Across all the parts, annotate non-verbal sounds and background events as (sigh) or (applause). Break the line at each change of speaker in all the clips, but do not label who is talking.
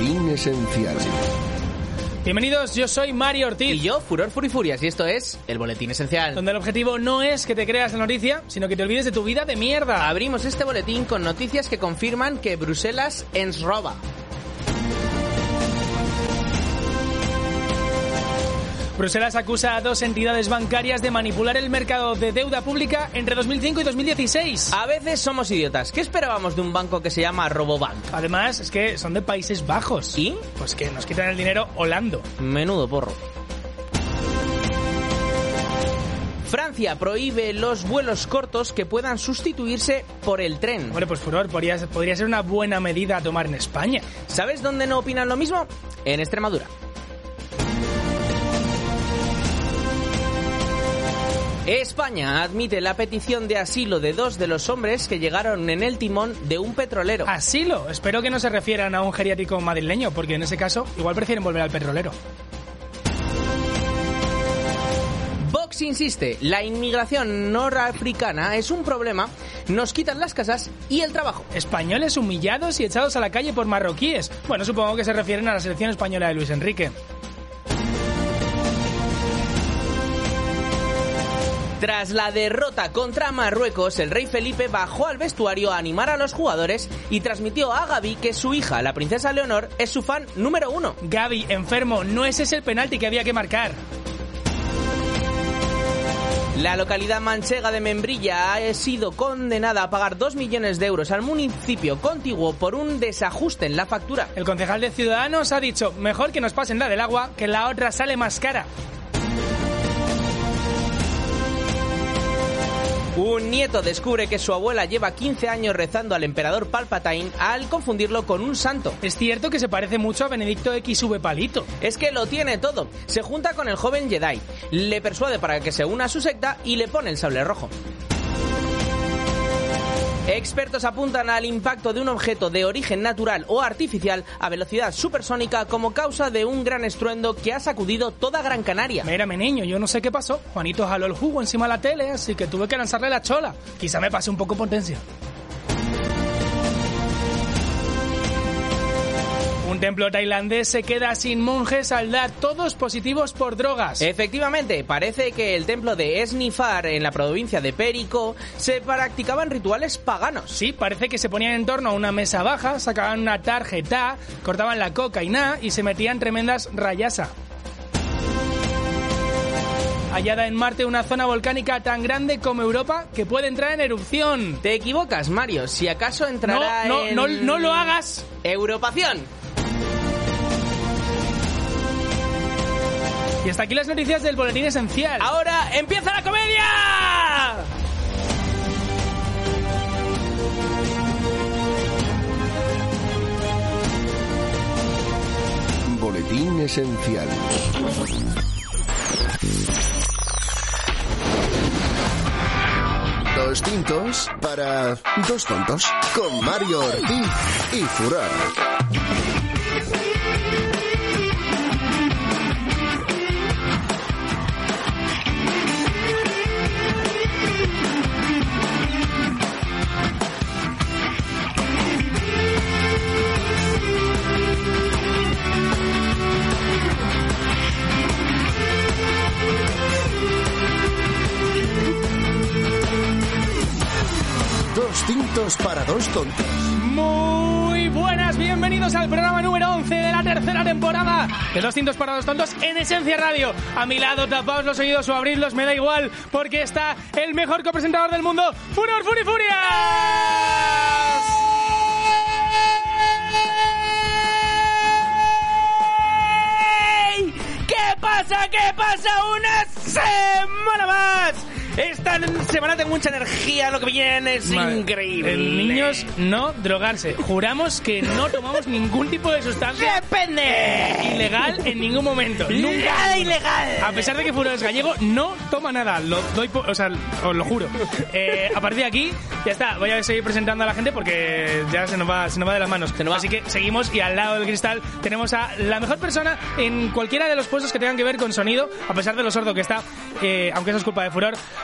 esencial.
Bienvenidos, yo soy Mario Ortiz.
Y yo, Furor Furifurias, y esto es El Boletín Esencial.
Donde el objetivo no es que te creas la noticia, sino que te olvides de tu vida de mierda.
Abrimos este boletín con noticias que confirman que Bruselas ens roba.
Bruselas acusa a dos entidades bancarias de manipular el mercado de deuda pública entre 2005 y 2016.
A veces somos idiotas. ¿Qué esperábamos de un banco que se llama Robobank?
Además, es que son de Países Bajos.
¿Y?
Pues que nos quitan el dinero holando.
Menudo porro. Francia prohíbe los vuelos cortos que puedan sustituirse por el tren.
Hombre, pues furor, podría, podría ser una buena medida a tomar en España.
¿Sabes dónde no opinan lo mismo? En Extremadura. España admite la petición de asilo de dos de los hombres que llegaron en el timón de un petrolero.
Ah. Asilo. Espero que no se refieran a un geriátrico madrileño, porque en ese caso igual prefieren volver al petrolero.
Vox insiste, la inmigración norafricana es un problema, nos quitan las casas y el trabajo.
Españoles humillados y echados a la calle por marroquíes. Bueno, supongo que se refieren a la selección española de Luis Enrique.
Tras la derrota contra Marruecos, el rey Felipe bajó al vestuario a animar a los jugadores y transmitió a Gaby que su hija, la princesa Leonor, es su fan número uno.
Gaby, enfermo, no ese es el penalti que había que marcar.
La localidad manchega de Membrilla ha sido condenada a pagar 2 millones de euros al municipio contiguo por un desajuste en la factura.
El concejal de Ciudadanos ha dicho, mejor que nos pasen la del agua, que la otra sale más cara.
Un nieto descubre que su abuela lleva 15 años rezando al emperador Palpatine al confundirlo con un santo.
Es cierto que se parece mucho a Benedicto XV Palito.
Es que lo tiene todo. Se junta con el joven Jedi, le persuade para que se una a su secta y le pone el sable rojo. Expertos apuntan al impacto de un objeto de origen natural o artificial a velocidad supersónica como causa de un gran estruendo que ha sacudido toda Gran Canaria.
Mírame, niño, yo no sé qué pasó. Juanito jaló el jugo encima de la tele, así que tuve que lanzarle la chola. Quizá me pase un poco potencia. Un templo tailandés se queda sin monjes al dar todos positivos por drogas.
Eh. Efectivamente, parece que el templo de Esnifar, en la provincia de Perico, se practicaban rituales paganos.
Sí, parece que se ponían en torno a una mesa baja, sacaban una tarjeta, cortaban la cocaína y se metían tremendas rayasa. Hallada en Marte una zona volcánica tan grande como Europa que puede entrar en erupción.
Te equivocas, Mario. Si acaso
No,
entrará
no,
en...
no, no lo hagas.
Europación.
Y hasta aquí las noticias del boletín esencial.
Ahora empieza la comedia.
Boletín esencial. Dos tintos para dos tontos. Con Mario Ortiz y Furor. Dos tintos para dos tontos.
Muy buenas, bienvenidos al programa número 11 de la tercera temporada de Los Cintos para los Tontos en Esencia Radio. A mi lado, tapaos los oídos o abridlos, me da igual, porque está el mejor copresentador del mundo, Furor Furi Furias.
¡Ey! ¿Qué pasa? ¿Qué pasa? ¡Una semana más! Esta semana tengo mucha energía, lo que viene es increíble.
Niños, no drogarse. Juramos que no tomamos ningún tipo de
(laughs)
sustancia
¡Depende!
ilegal en ningún momento. Nunca.
¡Nada ilegal!
A pesar de que Furor es gallego, no toma nada. Lo doy po- o sea, os lo juro. Eh, a partir de aquí, ya está. Voy a seguir presentando a la gente porque ya se nos va, se nos va de las manos.
nos va.
Así que seguimos y al lado del cristal tenemos a la mejor persona en cualquiera de los puestos que tengan que ver con sonido, a pesar de lo sordo que está, eh, aunque eso es culpa de Furor.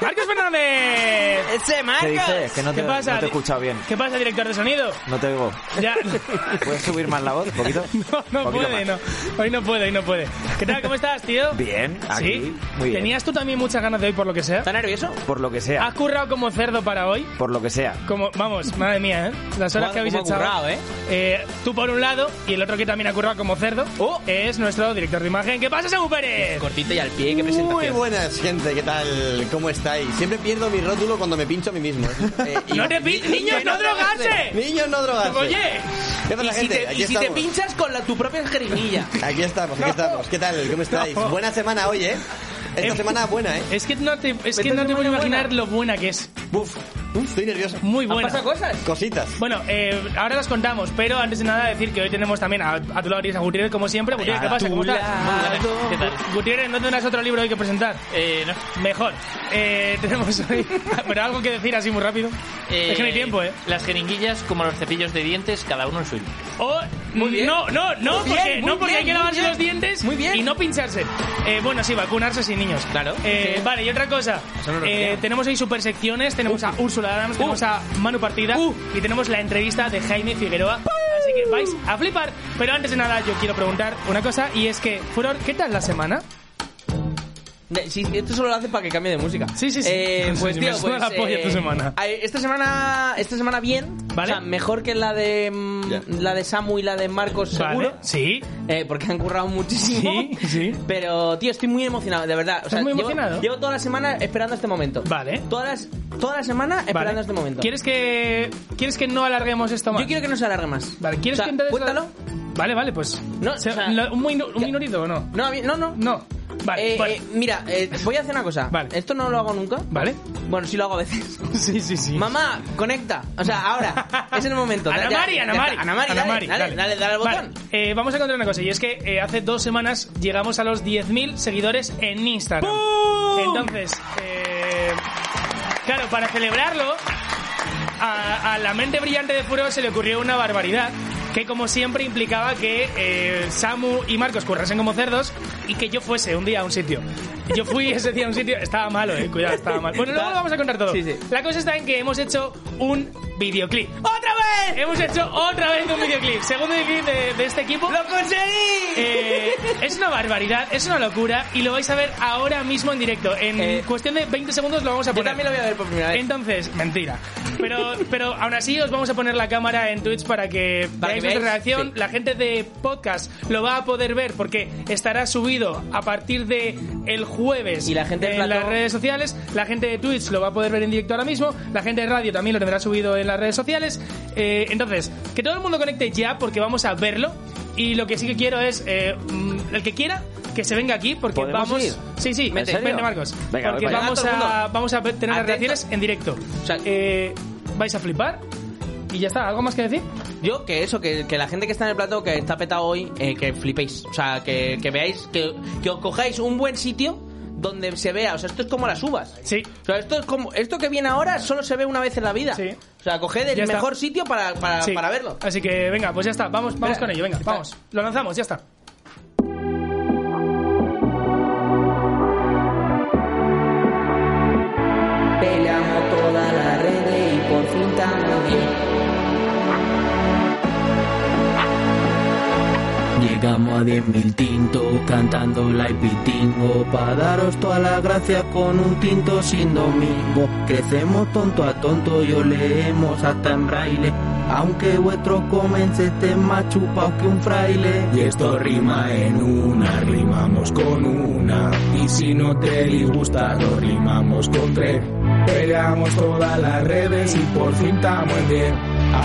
Marcos Fernández.
¡Ese Marcos!
¿Qué dices? Que no te,
¿Qué pasa?
no te he escuchado bien.
¿Qué pasa, director de sonido?
No te oigo. (laughs)
Ya.
¿Puedes subir más la voz
(laughs)
un poquito?
No, no
Un poquito
puede, no.
más.
Hoy no puede, hoy no puede. ¿Qué tal? ¿Cómo estás,
(laughs)
tío?
Bien, aquí.
¿Sí?
Muy bien.
¿Tenías tú también muchas ganas de hoy por lo que sea?
¿Estás nervioso?
Por lo que
¿Has
sea.
currado como cerdo para hoy?
Por lo que sea.
Como, vamos, madre mía, ¿eh? Las horas
Guau,
que habéis
cómo ha
echado.
currado, ¿eh?
Eh, Tú por un lado, y el otro que también ha currado como cerdo,
Oh.
es nuestro director de imagen. ¿Qué pasa, Samu Pérez?
Cortito y al pie, qué
Muy
presentación.
buenas, gente, ¿qué tal? ¿Cómo estáis? Siempre pierdo mi rótulo cuando me pincho a mí mismo. Eh, y-
No te pin-
Ni-
niños, no drogarse.
Niños, no drogarse.
Oye,
¿Qué tal,
Y
la
si
gente?
te,
aquí
y si te
estamos.
pinchas con la, tu propia jeringuilla.
Aquí estamos, aquí estamos. ¿Qué tal? ¿Cómo estáis?
No.
Buena semana hoy, ¿eh? Esta
Eh,
semana buena, ¿eh?
es que no te, es que no te puedo imaginar lo buena que es.
Buf, estoy nervioso.
Muy
¿Han
buena.
pasado cosas?
Cositas.
Bueno, eh, ahora las contamos, pero antes de nada decir que hoy tenemos también a, a tu lado Iris, a Gutiérrez, como siempre. Gutiérrez, ¿qué
a
pasa?
tu
¿Cómo estás?
lado.
¿Qué tal? Gutiérrez, ¿no tendrás otro libro hoy que presentar?
Eh, no.
Mejor. Eh, (laughs) tenemos hoy... pero algo que decir así muy rápido. es que no hay tiempo, ¿eh?
Las jeringuillas, como los cepillos de dientes, cada uno en su hilo.
O,
Muy bien.
Oh, No, no, no,
Muy bien,
porque,
muy
no porque hay
bien,
que
muy
lavarse
bien.
los dientes
Muy bien.
y no pincharse. Eh, bueno, sí, vacunarse sin niños.
Claro.
Eh,
Sí.
Vale, y otra cosa.
Eso no lo
Eh,
quería.
tenemos hoy super secciones. Tenemos a Úrsula Adams, tenemos a Manu Partida
Uh.
y tenemos la entrevista de Jaime Figueroa. Así que vais a flipar. Pero antes de nada, yo quiero preguntar una cosa y es que, Furor, ¿qué tal la semana?
De- sí, esto solo lo hace para que cambie de música.
Sí, sí, sí.
Eh,
(laughs)
pues
Sí, me
tío,
suena
pues,
la polla
eh,
tu semana.
ay, Esta semana, esta semana bien,
Vale.
o sea, mejor que la de mm,
Ya.
la de Samu y la de Marcos seguro.
Vale. Sí.
Eh, porque han currado muchísimo.
Sí, sí.
Pero, tío, estoy muy emocionado, de verdad. O sea,
¿Estás muy
llevo-
emocionado?
Llevo, toda la semana esperando este momento.
Vale.
Toda las- toda la semana esperando
Vale.
este momento.
¿Quieres que, ¿Quieres que no alarguemos esto más?
Yo quiero que no se alargue más.
Vale, ¿quieres
O sea,
que entonces...
Cuéntalo.
Vale, vale, pues...
No, o sea-
lo- ¿Un, minu- un minutito o no?
No, a mí- no, no.
No. Vale,
Eh,
bueno.
eh, mira, eh, voy a hacer una cosa.
Vale.
Esto no lo hago nunca.
(laughs) ¿Vale?
Bueno, sí lo hago a veces.
Sí, sí, sí.
Mamá, conecta. O sea,
(laughs)
ahora. (laughs) Es el momento.
Ana
Ya,
Mari,
ya,
Ana
ya
Mari.
está. Ana Mari, dale, dale, dale, dale al botón.
Vale, eh, vamos a contar una cosa, y es que eh, hace dos semanas llegamos a los 10.000 seguidores en Instagram. Entonces, eh, claro, para celebrarlo, a, a la mente brillante de Furo se le ocurrió una barbaridad que como siempre implicaba que eh, Samu y Marcos currasen como cerdos y que yo fuese un día a un sitio. Yo fui ese día a un sitio, estaba malo, eh, cuidado, estaba mal. Bueno, luego lo vamos a contar todo.
Sí, sí.
La cosa está en que hemos hecho un videoclip. ¡Otra vez! Hemos hecho otra vez un videoclip. Segundo videoclip de, de este equipo.
¡Lo conseguí!
Eh, es una barbaridad, es una locura y lo vais a ver ahora mismo en directo. En
Eh,
cuestión de 20 segundos lo vamos a
Yo
poner.
también lo voy a ver por primera vez.
Entonces, mentira. Pero, pero aún así os vamos a poner la cámara en Twitch para que
Para
veáis
que
nuestra
veáis,
reacción.
sí.
La gente de podcast lo va a poder ver porque estará subido a partir de el jueves
Y la gente de
en las
plató-
redes sociales. La gente de Twitch lo va a poder ver en directo ahora mismo. La gente de radio también lo tendrá subido en las redes sociales. Eh, entonces, que todo el mundo conecte ya porque vamos a verlo. Y lo que sí que quiero es, eh, mm, el que quiera, que se venga aquí porque
¿Podemos
vamos...
ir?
Sí, sí,
¿En serio?
vente Marcos.
Venga, voy
porque
para allá.
vamos
Venga, todo el
a,
mundo.
vamos a ver- tener las
Atento.
reacciones en directo.
O sea,
Eh, vais a flipar y ya está. ¿Algo más que decir?
Yo, que eso, que, que la gente que está en el plato, que está petado hoy, eh, que flipéis. O sea, que, que veáis, que, que os cojáis un buen sitio donde se vea. O sea, esto es como las uvas.
Sí.
O sea, esto, es como, esto que viene ahora solo se ve una vez en la vida.
Sí.
O sea, coged
Ya
el
está.
mejor sitio para, para,
Sí.
para verlo.
Así que venga, pues ya está. Vamos, vamos
Espera.
con ello. Venga,
Espera.
vamos. Lo lanzamos, ya está.
Peleamos toda la red y por fin estamos bien.
Llegamos a 10.000 tintos cantando like pitingo Pa' daros todas las gracias con un tinto sin domingo Crecemos tonto a tonto y leemos hasta en braille Aunque vuestros comments estén más chupados que un fraile Y esto rima en una, rimamos con una Y si no te disgusta lo rimamos con tres Peleamos todas las redes y por fin estamos en 10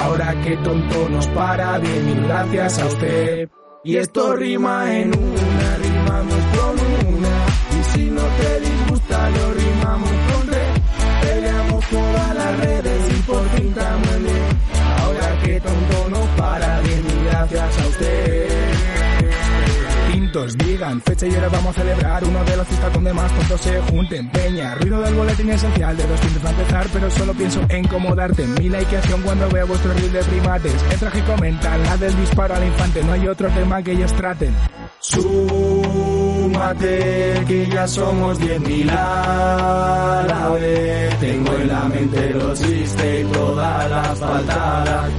Ahora que tonto nos para, 10.000 gracias a usted y esto rima en una, rimamos con una. Y si no te disgusta, lo rimamos con tres. Peleamos todas las redes y por fin estamos en diez. Ahora que tonto no para, bien y gracias a usted. Tintos, digan fecha y ahora vamos a celebrar uno de los fiestas donde más tontos se junten. Peña, ruido del boletín esencial de los tintos va a empezar, pero solo pienso en incomodarte. Mi likeación cuando veo vuestro reel de primates. Entras y comentan la del disparo al infante, no hay otro tema que ellos traten. Súmate, que ya somos 10.000 a la vez.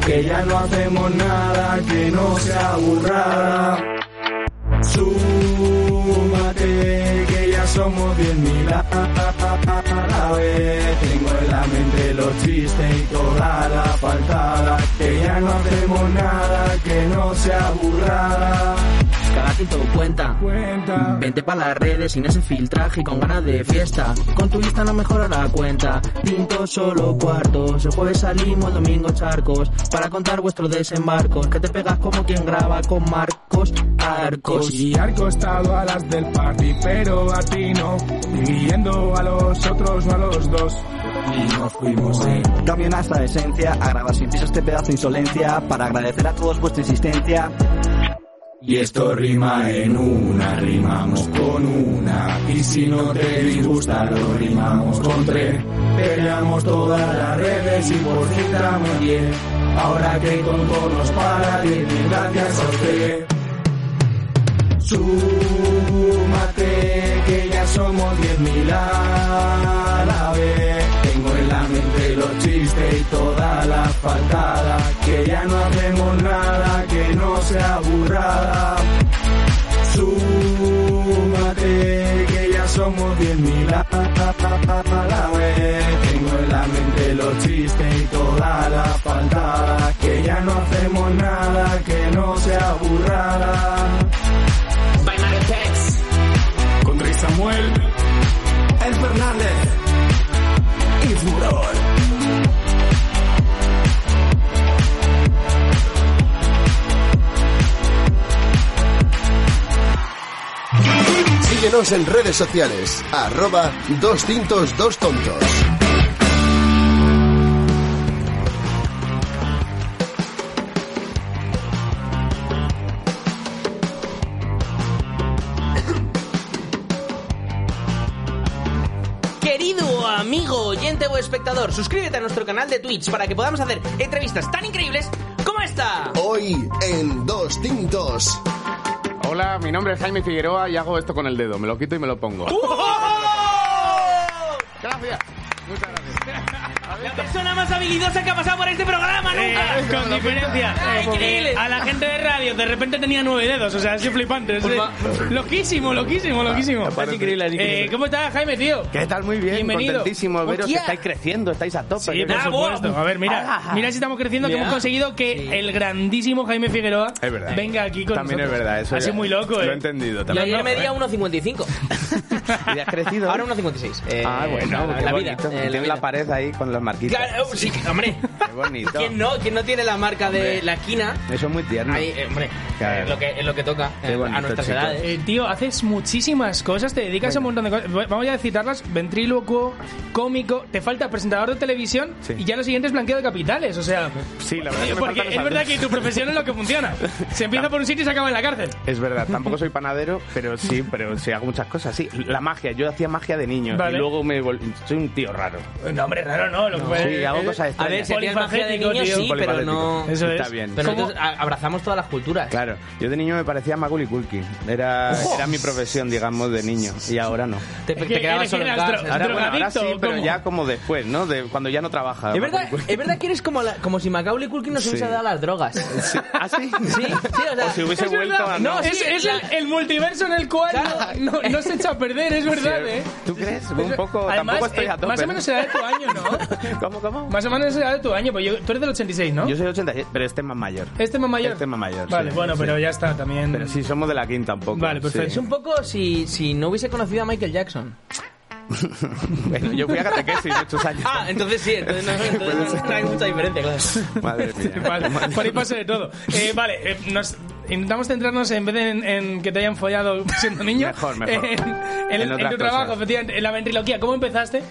que ya no hacemos nada que no sea burrada. Súmate, que ya somos bien mil a la vez. Tengo en la mente los chistes y toda la faltada, que ya no hacemos nada que no sea burrada. Cada tinto cuenta. Vente pa' las redes sin ese filtraje y con ganas de fiesta. Con tu lista no mejora la cuenta. Tinto solo cuartos. El jueves salimos, el domingo charcos. Para contar vuestros desembarcos. Que te pegas como quien graba con Marcos Arcos.
Y al costado a las del party, pero a ti no. Dividiendo a los otros no a los dos.
Y nos fuimos en
Cambio nuestra esencia, agrava sin piso este pedazo de insolencia, para agradecer a todos vuestra insistencia.
Y esto rima en una, rimamos con una. Y si no te disgusta, lo rimamos con tres. Peleamos todas las redes y por fin damos diez. Ahora que tonto nos para, y gracias a usted. Súmate, que ya somos diez mil a la vez. Tengo en la mente los chistes y toda la faltada. Que ya no hacemos nada que no sea burrada. Súmate, que ya somos diez mil a la vez. Tengo en la mente los chistes y toda la faltada. Que ya no hacemos nada que no sea burrada.
Con Rey Samuel,
El Fernández y Furor.
Síguenos en redes sociales, arroba dos tintos dos tontos.
Querido amigo, oyente o espectador, suscríbete a nuestro canal de Twitch para que podamos hacer entrevistas tan increíbles como esta.
Hoy en Dos Tintos.
Hola, mi nombre es Jaime Figueroa y hago esto con el dedo. Me lo quito y me lo pongo. Gracias. Muchas
La
gracias.
persona más habilidosa que ha pasado por este programa nunca.
Eh, con diferencia.
Ay, increíble.
A la gente de radio, de repente tenía nueve dedos, o sea, es flipante. es- loquísimo, loquísimo, loquísimo.
Es increíble, es increíble.
Eh, ¿Cómo estás, Jaime, tío?
¿Qué tal? Muy bien.
Bienvenido.
Contentísimo de veros
Hostia.
que estáis creciendo, estáis a tope.
Sí,
Que-
por
bravo.
supuesto. A ver, mira, mira si estamos creciendo, que
Mira.
hemos conseguido que el grandísimo Jaime Figueroa
Es verdad.
venga aquí con
También
nosotros.
es verdad. Eso
Ha sido
ya-
muy loco, eh.
Lo he entendido
Yo
también.
ayer
(laughs)
medía 1,55.
¿Y has crecido?
Ahora 1,56. Eh,
Ah, bueno,
la,
qué
la vida.
bonito.
eh, la
Tienes
vida.
la pared ahí con los marquitos.
Claro, oh, sí, que- hombre.
Qué bonito.
¿Quién no? ¿Quién no tiene la marca de la esquina?
Eso es muy tierno.
Ahí, eh, hombre,
Claro.
es, lo que, es lo que toca
Qué
eh, a
bonito,
nuestras
chicos.
edades.
Eh, tío, haces muchísimas cosas, te dedicas a un montón de cosas. Bueno, Vamos ya a citarlas: ventrílocuo, cómico, te falta presentador de televisión
Sí.
y ya lo siguiente es blanqueo de capitales. O sea,
Sí, la verdad es que me
porque
faltan los
es verdad
años.
que tu profesión es lo que
(laughs)
funciona. Se empieza por un sitio y se acaba en la cárcel.
Es verdad, tampoco soy panadero, pero sí, pero sí hago muchas cosas. Sí, la magia, yo hacía magia de niño
Vale.
y luego me vol- soy un tío raro.
Pues No, hombre, raro no. Lo que pasa
Sí,
es-
hago cosas este
A ver,
extrañas.
si hacías magia de
Polifacético,
niños,
tío.
sí, pero no...
Polifacético.
Eso es.
Está bien.
Pero
¿Cómo?
nosotros a- abrazamos todas las culturas.
Claro, yo de niño me parecía a Macaulay Culkin. Era,
¡Oh!
era mi profesión, digamos, de niño. Y ahora no.
Te,
Es
te
que-
quedabas
es
solo
que
en
eras
casa.
dro-
Ahora, bueno, ahora sí,
¿Drogadicto o
pero
cómo?
ya como después, ¿no? De cuando ya no trabaja.
Es verdad,
Macaulay Culkin.
es verdad que eres como, la- como si Macaulay Culkin nos hubiese
Sí.
dado las drogas.
(laughs)
Sí,
Sí.
(laughs)
¿Ah, sí?
sí, o sea...
O si hubiese
Es
vuelto
verdad.
a...
No,
no.
es,
Sí,
es
la-
el, el multiverso en el cual
Claro.
no, no se echa a perder, es verdad,
Sí,
¿eh?
¿Tú crees? Un poco,
Además,
tampoco estoy
eh,
a tope.
más o menos se da de tu año,
(laughs)
¿no?
¿no? ¿Cómo, cómo?
Más o menos se da de tu año, pues yo- tú eres del 86, ¿no?
Yo soy 86, pero este es más mayor.
Este es más mayor.
Este es más mayor,
Vale,
sí,
bueno,
sí.
pero ya está también.
Pero sí, somos de la quinta un poco.
Vale, perfecto.
Es un
sí.
poco si, si no hubiese conocido a Michael Jackson.
(laughs) Bueno, yo fui a catequesis
(laughs)
muchos años.
Ah, entonces sí, entonces no, entonces no hay mucha diferencia, claro.
Madre mía.
(laughs) Vale, por ahí pasa de todo. Eh, vale, eh, nos intentamos centrarnos en vez de en, en que te hayan follado (laughs) siendo niño.
Mejor, mejor.
En, en-
En
en
otras
tu
cosas.
trabajo, efectivamente, en la ventriloquía. ¿Cómo empezaste?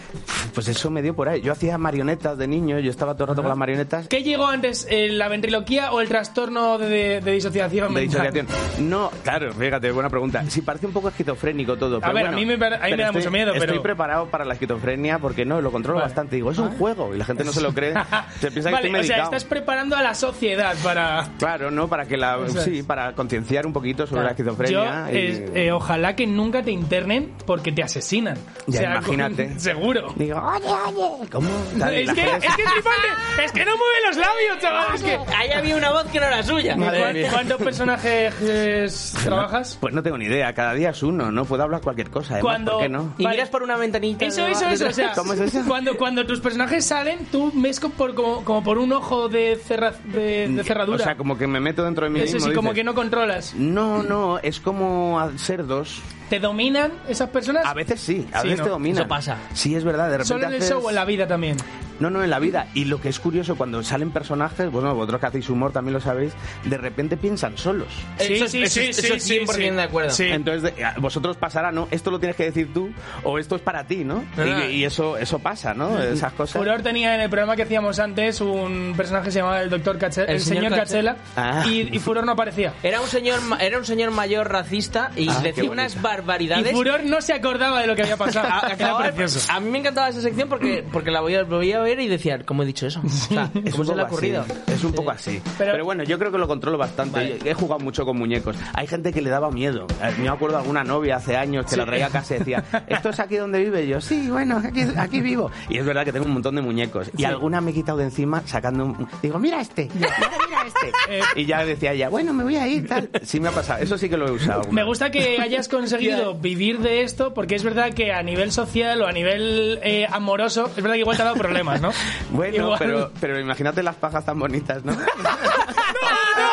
Pues eso me dio por ahí. Yo hacía marionetas de niño, yo estaba todo el rato con las marionetas.
¿Qué llegó antes, eh, la ventriloquía o el trastorno de, de- de disociación?
De
mental? (laughs)
disociación. No, claro, fíjate, buena pregunta. Sí, parece un poco esquizofrénico todo. Pero
ver,
bueno,
a mí me pare- a mí
pero
me da
estoy-
mucho miedo, pero-
Estoy preparado para la esquizofrenia porque no, lo controlo
Vale. Ah.
bastante. Digo, es un juego y la gente no se lo
(laughs)
cree. Se piensa que
vale,
estoy
o sea,
medicado.
estás preparando a la sociedad para...
Claro, ¿no? Para que la.
Eso es.
Sí, para concienciar un poquito sobre la esquizofrenia.
Yo,
y-
es- eh, ojalá que nunca te internen porque te asesinan.
Ya, imagínate.
con- (laughs) seguro.
Digo, oye, oye. ¿Cómo? La-
Es
la
que,
gente
es que es flipante. Es que no mueve los labios, chaval. Es que...
Ahí había una voz que no era suya.
¿Y cuán- ¿Cuántos personajes eh, trabajas?
Pues (laughs) no tengo ni idea, cada día es uno, no puedo hablar cualquier cosa. además,
Cuando-
¿Por qué no?
Y miras por una ventanita.
Eso,
de-
eso,
(laughs)
eso. O sea,
¿Cómo es eso?
Cuando, cuando tus personajes salen, tú ves co- por, como, como por un ojo de, cerra- de, de cerradura.
O sea, como que me meto dentro de mí
eso
mismo.
sí, como que
dices,
no controlas.
No, no, es como al ser dos.
¿Te dominan esas personas?
A veces sí, a
Sí,
veces
¿no?
te domina.
Eso pasa.
Sí, es verdad, de repente.
Solo en el
haces-
show o en la vida también.
No, no, en la vida. Y lo que es curioso, cuando salen personajes, bueno, vosotros que hacéis humor también lo sabéis, de repente piensan solos.
Eso- eso- eso 100% de acuerdo.
Entonces, de- a vosotros pasará, ¿no? Esto lo tienes que decir tú o esto es para ti, ¿no?
Ah.
Y, y eso eso pasa, ¿no? Esas cosas.
Furor tenía en el programa que hacíamos antes un personaje que se llamaba el doctor Cache- el, señor, Cachela
Ah.
y, y Furor no aparecía.
Era un señor, ma- era un señor mayor racista y
Ah, qué
decía unas
Y
barbaridades.
Furor no se acordaba de lo que había (laughs) pasado.
A-
Era
ahora-
precioso.
a mí me encantaba esa sección porque, porque la volvía, volvía a ver y decía, ¿cómo he dicho eso? O sea,
Es
¿Cómo
un
se le ha
poco
ocurrido?
así, Es un poco así.
Pero-
Pero, bueno, yo creo que lo controlo bastante. He jugado mucho con muñecos. Hay gente que le daba miedo. Eh, Me acuerdo de alguna novia hace años que la traía a casa
(laughs)
y decía, ¿esto es aquí donde vive? Y yo, sí, bueno, aquí, aquí vivo. Y es verdad que tengo un montón de muñecos. Y alguna me he quitado de encima sacando un... Digo, mira este, mira,
(laughs)
mira
Eh.
este. y ya decía ella, bueno, me voy a ir, tal. Sí me ha pasado. Eso sí que lo he usado.
Me gusta que
(laughs)
hayas conseguido vivir de esto porque es verdad que a nivel social o a nivel eh, amoroso, es verdad que igual te ha dado problemas, ¿no?
(laughs) Bueno,
Igual-
pero, pero imagínate las pajas tan bonitas,
(laughs)
(laughs)
¿no?
¡No!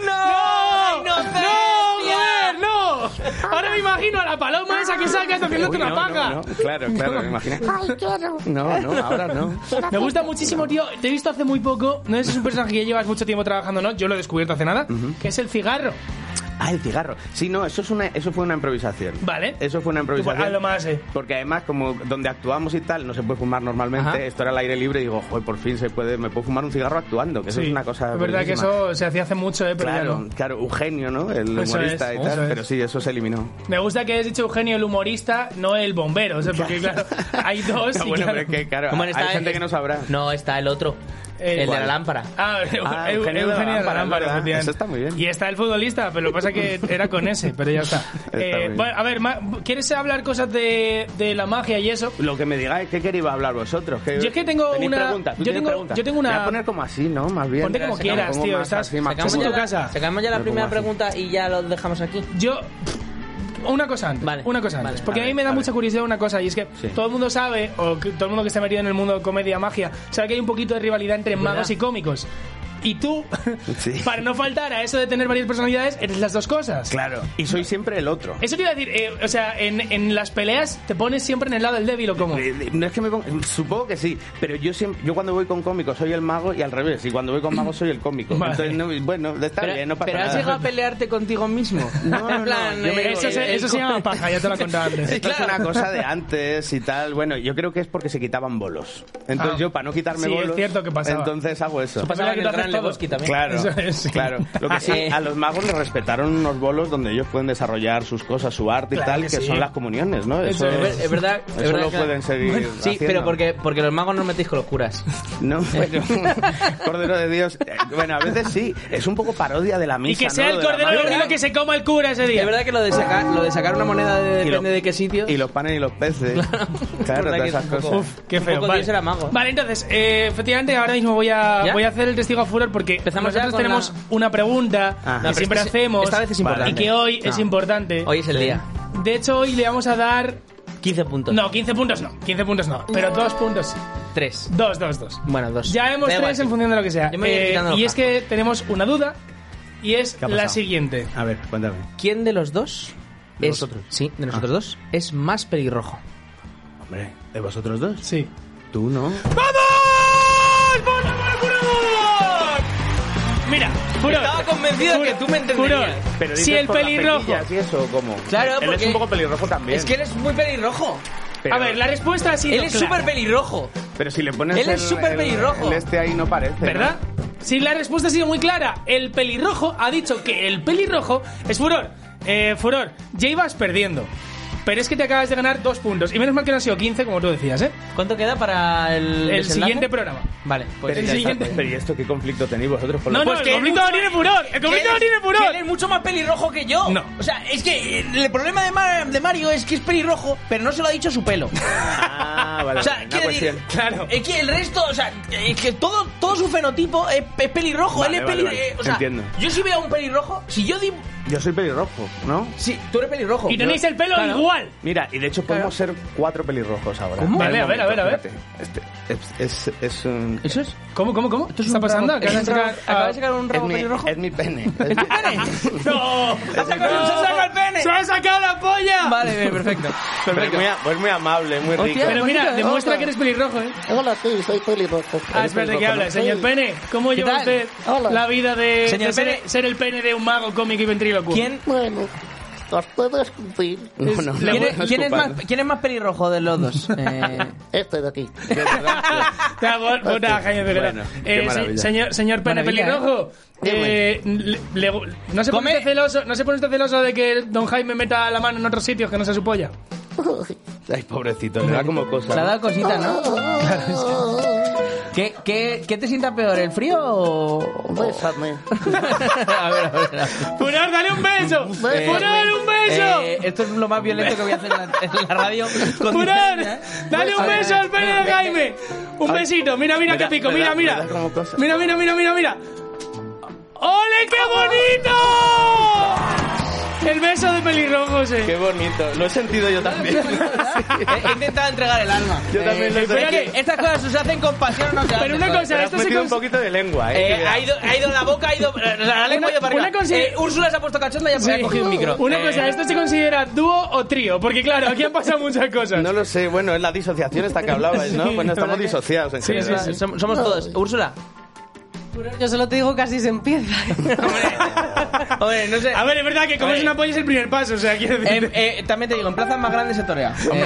¡No! ¡No! ¡No! joder, ¡No! (laughs) Ahora me imagino a la paloma esa que sacas haciéndote
Uy,
una
no,
paja.
no, no. Claro, claro,
(laughs)
imagínate. No, no, ahora no.
Me gusta muchísimo, tío. Te he visto hace muy poco. No sé si es un personaje que llevas mucho tiempo trabajando, ¿no? Yo lo he descubierto hace nada. Que es el cigarro.
Ah, el cigarro. Sí, no, eso, es una, eso fue una improvisación.
Vale.
Eso fue una
Pues,
improvisación.
hazlo más, eh.
Porque además, como donde actuamos y tal, no se puede fumar normalmente.
Ajá.
Esto era al aire libre y digo, joder, por fin se puede, me puedo fumar un cigarro actuando, que eso
Sí.
es una cosa.
Es verdad que
buenísima.
eso se hacía hace mucho, ¿eh? Pero ya
Claro,
no.
claro, Eugenio, ¿no? El
Eso
humorista
es,
y tal.
eso es.
Pero sí, eso se eliminó.
Me gusta que hayas dicho Eugenio el humorista, no el bombero. O sea, porque, claro, hay
(laughs)
dos.
Ah,
y,
bueno,
claro,
pero es que, claro,
¿Cómo
hay
está?
gente que no sabrá.
No, está el otro.
Eh,
el de la
¿cuál?
lámpara.
Ah,
Ah,
Eu-
Eugenio de la
Eugenio de la
Lámpara,
Lámpara,
es verdad.
efectivamente.
Eso está muy bien.
Y está el futbolista, pero lo que pasa es
(laughs)
que era con ese, pero ya está.
muy
Eh,
bien.
bueno, a ver, ma- ¿quieres hablar cosas de, de la magia y eso?
Lo que me digáis, ¿qué queréis hablar vosotros? ¿Qué-
Yo es que tengo
tenéis
una-
preguntas? ¿Tú
yo
tienes
tengo-
preguntas?
yo tengo una-
Te voy a poner como así, ¿no? Más bien.
Ponte como
Mira,
quieras,
pongo
tío,
más
estás-
así, más
sacamos
Sacamos
en
ya,
tu
la,
casa.
sacamos ya la
Pero
primera
¿cómo así?
pregunta y ya lo dejamos aquí.
Yo. Una cosa antes.
Vale,
una cosa antes.
vale.
porque a,
A
mí
ver,
me da
a ver.
mucha curiosidad una cosa, y es que
Sí.
todo el mundo sabe, o que- todo el mundo que está metido en el mundo de comedia, magia, sabe que hay un poquito de rivalidad entre magos y cómicos. Y tú,
Sí.
para no faltar a eso de tener varias personalidades, eres las dos cosas.
Claro, y soy siempre el otro.
Eso te iba a decir, eh, o sea, en, en las peleas te pones siempre en el lado del débil o cómo.
Eh, eh, No es que me ponga- Supongo que sí, pero yo siempre, yo cuando voy con cómicos soy el mago y al revés, y cuando voy con magos soy el cómico.
Vale.
Entonces, no- bueno, está bien, Eh, no pasa
pero has
nada.
llegado a pelearte contigo mismo.
No,
(laughs) En
no,
plan,
no, yo me-
eh,
Eso, se,
(laughs)
eso se llama paja, ya te lo contaba
(laughs)
antes.
Esto es una cosa de antes y tal. Bueno, yo creo que es porque se quitaban bolos. Entonces
Ah.
yo, para no quitarme
Sí, es
bolos,
cierto que pasaba.
entonces hago eso.
Pasaba
Es verdad Pues que
en
tú
el
haces
Gran
todo.
Lebowski también.
Claro,
Eso es, sí.
claro. Lo que sí,
Eh.
a los magos les respetaron unos bolos donde ellos pueden desarrollar sus cosas, su arte
Claro
y tal,
que
que,
sí.
son las comuniones, ¿no?
Eso
Eso,
es.
Es verdad, es
eso
verdad
lo
que-
pueden seguir
Bueno, sí, pero
haciendo.
porque, porque los magos no os metéis con los
(laughs)
curas.
No, bueno, (laughs) Cordero de Dios. eh, Bueno, a veces sí, es un poco parodia de la
Y
misa.
que sea
¿no?
el
Lo de la
cordero
madre.
gordo que se coma el cura ese día.
Es verdad que lo de sacar, lo de sacar una moneda de-
Y lo-
depende de qué sitio.
Y los panes y los peces.
verdad
Claro,
que
todas
es
esas
un poco-
cosas.
Uf, qué
Un
feo.
poco
Vale.
Dios era mago.
Vale, entonces, eh, efectivamente, ahora mismo voy a,
¿Ya?
voy a hacer el testigo a furor porque
Empezamos ya
nosotros
con
tenemos
la- Ah,
una pregunta
Ajá.
que
No,
siempre hacemos
Esta vez es
Vale.
importante.
y que hoy es
No.
importante. Eh,
Hoy es el día.
De hecho, hoy le vamos a dar...
15 puntos.
No, 15 puntos no, 15 puntos no, pero dos puntos sí.
3.
Dos, dos, dos.
Bueno, dos.
Ya hemos
Da igual,
tres en
sí.
función de lo que sea.
Yo me voy
Eh,
quitando los
y es
cascos.
que tenemos una duda y es
ha
la
pasado?
siguiente.
A ver, cuéntame.
¿Quién de los dos
¿De
es
vosotros? Ah.
Sí, de nosotros dos es más pelirrojo?
Hombre, ¿de vosotros dos?
Sí.
Tú no.
¡Vamos! ¡Vamos por el furor! Mira, furor.
Estaba convencido de
Furor,
que tú me entenderías.
furor.
Pero
si
dices
el
por las
pelirrojo...
mejillas y eso, ¿cómo?
Claro,
Él
porque-
es un poco pelirrojo también.
Es que eres muy pelirrojo.
pero,
A ver, la respuesta ha sido
Él es
clara,
súper pelirrojo.
pero si le pones
él es
el-
súper
el-
pelirrojo.
el este ahí no parece. ¿no?
¿Verdad? Sí, la respuesta ha sido muy clara. El pelirrojo ha dicho que el pelirrojo es furor. Eh, furor, ya ibas perdiendo. Pero es que te acabas de ganar dos puntos. Y menos mal que no han sido 15, como tú decías, ¿eh?
¿Cuánto queda para el,
El
desenlace?
siguiente programa.
Vale, pues
El
ya está.
siguiente.
Pero ¿y esto qué conflicto tenéis vosotros? Por
No,
lo-
no, el conflicto no tiene furor. El conflicto no tiene
Que
furor.
él es mucho más pelirrojo que yo.
No.
O sea, es que eh, el problema de, Ma- de Mario es que es pelirrojo, pero no se lo ha dicho su pelo.
Ah, vale,
o sea,
vale,
quiero
una
decir,
cuestión.
Claro.
es que el resto, o sea, es que todo, todo su fenotipo es, es pelirrojo.
Vale,
él es
vale,
peli-
vale.
eh, o sea,
Entiendo.
yo si veo a un pelirrojo, si yo di...
Yo soy pelirrojo, ¿no?
Sí, tú eres pelirrojo.
Y tenéis el pelo
Claro.
igual.
Mira, y de hecho podemos ser cuatro pelirrojos ahora.
¿Cómo? Vale,
Vale,
a ver, a ver, a ver.
Este, es, es, es un...
¿Eso es?
¿Cómo, cómo, cómo? ¿Qué está pasando?
¿Es
Acaban de
un rabo-
sacar.
acaba
ah,
de sacar un
es
rabo
mi, (laughs)
pelirrojo?
es mi pene. Es mi-
(laughs) ¡No! ¡Se ha sacado, se
¡No!
ha sacado el pene! ¡Se ha sacado la polla!
Vale, bien, perfecto.
Pero es muy, a- pues muy amable, muy rico.
Hostia,
Pero mira,
bonito, ¿eh?
demuestra que eres pelirrojo, ¿eh?
Hola, sí, soy pelirrojo.
Ah, espérate, ¿qué habla? Señor Pene, ¿cómo lleva
tal?
usted
Hola.
la vida de,
Señor
de ser,
Pene.
ser el pene de un mago cómico y ventrílocuo?
¿Quién,
Bueno, os puedo escupir.
No, no, no,
quién es-
no
quién es más,
escupando.
quién es más pelirrojo de los dos? Eh,
Este de aquí.
Ah,
(laughs)
bu- buena, Jaime Peguero.
Bueno, qué
Eh, se-
maravilla.
señor, señor Pene
Maravilla,
Pelirrojo, eh, le- le- ¿no, se pone
Come.
usted celoso, ¿no se pone usted celoso de que don Jaime meta la mano en otros sitios que no sea su
(laughs)
polla?
Ay, pobrecito, le da como cosa.
Pues le ha dado cosita, ¿no? ¿Qué, qué, ¿Qué te sienta peor, el frío o...?
Bésame.
(laughs) a ver, a ver. a ver.
¡Furar, dale un beso! ¡Furar, un beso!
Eh, esto es lo más violento que voy a hacer en la, en la radio. con
¡Furar!
diferencia, ¿eh?
¡Dale un
Vale.
beso al pene de Jaime! ¡Un besito! ¡Mira, mira qué
da-
pico!
me
¡Mira,
da- me
mira!
da como cosa.
¡Mira, mira, mira, mira, mira! ¡Ole, qué bonito! El beso de pelirrojos, eh.
Qué bonito, lo he sentido
(laughs)
yo también.
He, he intentado entregar el alma.
Yo también lo he
pero es
sentido.
que estas cosas o se hacen con pasión o no se
Pero
hacen,
una
joder.
cosa,
Pero has
esto se
metido un
cons-
poquito de lengua, eh.
Eh, ha, ido, ha ido la boca, ha ido. O sea, la lengua ha ido para
una
arriba.
consi-
Eh, Úrsula se ha puesto cachonda y ha
Sí.
ha cogido un micro.
Una
Eh,
cosa, ¿esto se considera dúo o trío? Porque claro, aquí han pasado muchas cosas.
No lo sé, bueno, es la disociación esta que hablabais, ¿no? Bueno, estamos disociados en
Sí,
general.
sí, sí.
Somos, somos todos. Úrsula.
Yo solo te digo que así se empieza.
Hombre, no sé.
A ver, es verdad que como es una polla es el primer paso, o sea, quiero decir...
Eh, eh, también te digo, en plazas más grandes se torea. Eh,